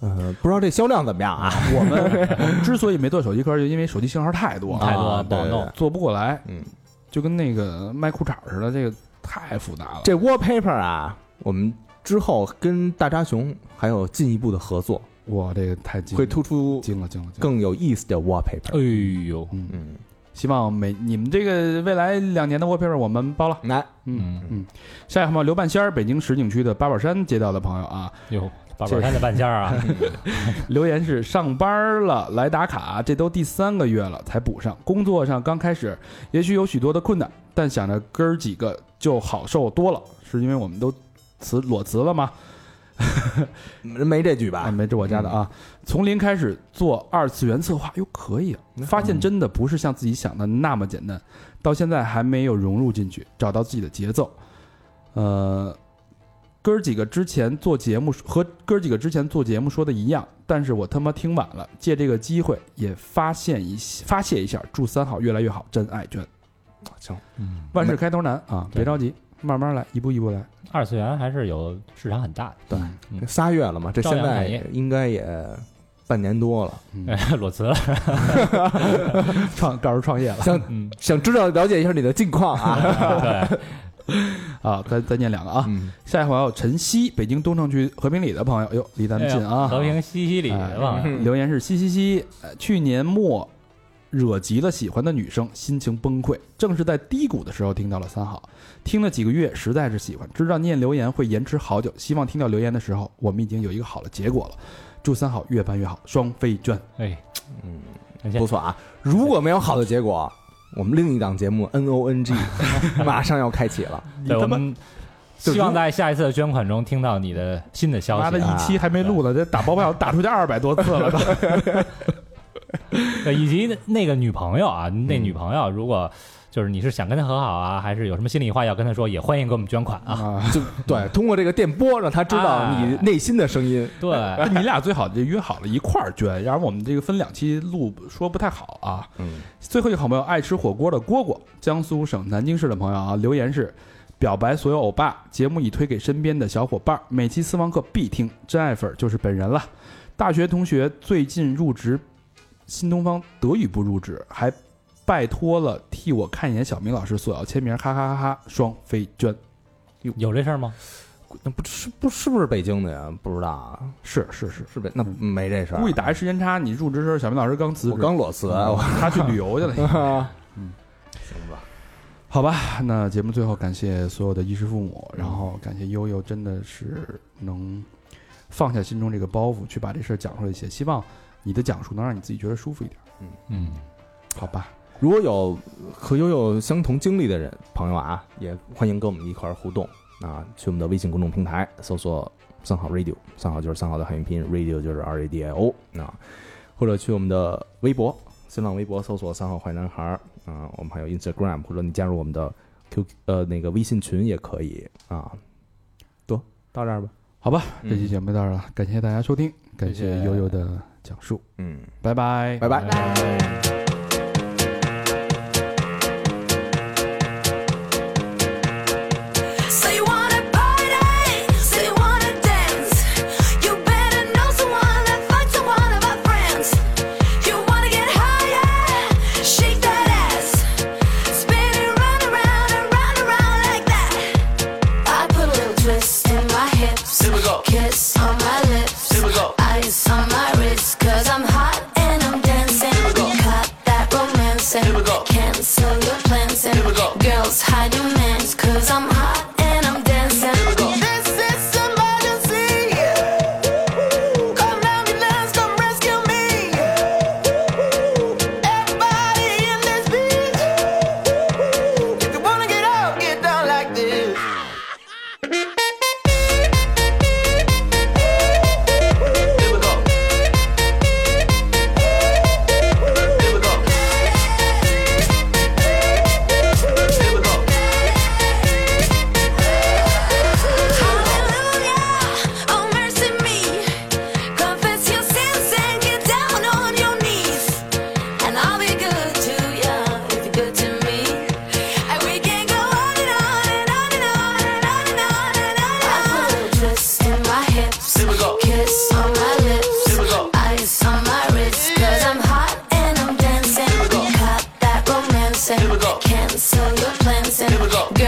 呃不知道这销量怎么样啊？
我们我们之所以没做手机壳，就因为手机型号太多
太
了，
多了
啊
不好
对对
弄
对
做不过来，
嗯，
就跟那个卖裤衩似的，这个太复杂了。
这 wallpaper 啊，我们之后跟大扎熊还有进一步的合作，
我这个太惊了
会突出
惊了惊了惊了。
更有意思的 wallpaper。
哎呦，
嗯，
嗯，
希望每你们这个未来两年的 wallpaper 我们包了。
来，
嗯
嗯，下一个好朋友刘半仙儿，北京石景区的八宝山街道的朋友 啊，
哟，八宝山的半仙儿啊，
留言是上班了来打卡，这都第三个月了才补上。工作上刚开始，也许有许多的困难，但想着哥儿几个就好受多了，是因为我们都辞裸辞了吗？
没这句
啊，
吧？
没这我家的啊，从零开始做二次元策划，哟可以啊，发现真的不是像自己想的那么简单，到现在还没有融入进去，找到自己的节奏。呃，哥儿几个之前做节目和哥儿几个之前做节目说的一样，但是我他妈听晚了，借这个机会也发现一发泄一下，祝三好越来越好，真爱娟，
行，
嗯，
万事开头难啊，别着急，慢慢来，一步一步来。
二次元还是有市场很大的。
对，
嗯
仨月了嘛，这
照
现
亮
在
产业
应该也半年多了。
哎， 裸 辞了，
创告诉创业了
想
嗯，
想知道了解一下你的近况 啊？
对，
啊，再再念两个啊，
嗯，
下一朋友陈曦，北京东城区和平里的朋友，哟，离咱们近啊。
哎呦和平西西里吧，
哎留言是嘻嘻嘻，呃去年末惹急了喜欢的女生，心情崩溃，正是在低谷的时候听到了三好，听了几个月，实在是喜欢，知道念留言会延迟好久，希望听到留言的时候，我们已经有一个好的结果了。祝三好越办越好，双飞娟。
哎，
嗯，
感谢
不，错啊。如果没有好的结果，我们另一档节目 N O N G 马上要开启了。
对
你
我
他妈
们
就
希望在下一次的捐款中听到你的新的消
妈的，
息啊。
一期还没录呢，这打包票打出去二百多次了都。
对，以及那个女朋友啊，那女朋友如果就是你是想跟她和好啊，还是有什么心里话要跟她说，也欢迎给我们捐款啊。
啊，
就对，通过这个电波让他知道你
哎
内心的声音。
对，
你俩最好就约好了一块儿捐，要不然我们这个分两期录说不太好啊。
嗯，
最后一个好朋友爱吃火锅的蝈蝈，江苏省南京市的朋友啊，留言是：表白所有欧巴，节目已推给身边的小伙伴，每期私房课必听，真爱粉就是本人了。大学同学最近入职新东方德语部入职，还拜托了替我看一眼小明老师索要签名，哈哈哈哈！双飞娟
有这事儿吗？
那不是不是不是北京的呀？不知道啊，嗯
是是是，
是北那没这事儿
故。意打一时间差，你入职时候小明老师刚辞职，嗯
我刚裸辞，啊我
他去旅游去了。
嗯 行吧。
好吧，那节目最后感谢所有的衣食父母，
嗯
然后感谢悠悠，真的是能放下心中这个包袱，去把这事儿讲出来一些。希望你的讲述能让你自己觉得舒服一点，
嗯，
好吧？
如果有和悠悠相同经历的人朋友啊，也欢迎跟我们一块儿互动啊，去我们的微信公众平台搜索“三好 radio”，三好就是三好的汉语拼音，radio 就是 R A D I O 啊，或者去我们的微博，新浪微博搜索“三好坏男孩”儿”啊，我们还有 Instagram，或者你加入我们的 Q 呃那个微信群也可以啊。得到这儿吧，
好吧，
嗯
这期节目到这儿了，感谢大家收听，
谢
感
谢
谢悠悠的讲述，
嗯，
拜拜，
拜拜。
拜。
Say you wanna party, say you wanna dance. You better know someone that fucks with one of our friends. You wanna get higher, shake that ass, spin it round and round and round and round like that. I put a little twist in my hips,
Here we go.
kiss on my lips,
Here we go.
ice on my wrist, 'cause I'm hot and I'm dancing. Caught that romance and
Here we go.
cancel your plans and
Here we go.
girls hide your mans, 'cause I'm hot and I'm dancing.
This is emergency. Come ambulance, come rescue me. Everybody in this beach. If you wanna get out, get down like this. Here we go. Here we go. Here we go.
Hallelujah, oh mercy me, confess your sins and get down on your knees, and I'll be good to you if you're good to me, and we can go on and on and on and on and on and on and on. I put a twist in my hips,
Here we go.
kiss on my lips,
Here we go.
ice on my wrist, 'cause I'm hot and I'm dancing. Cut that romance
Here we go.
cancel your plans and
Here we go.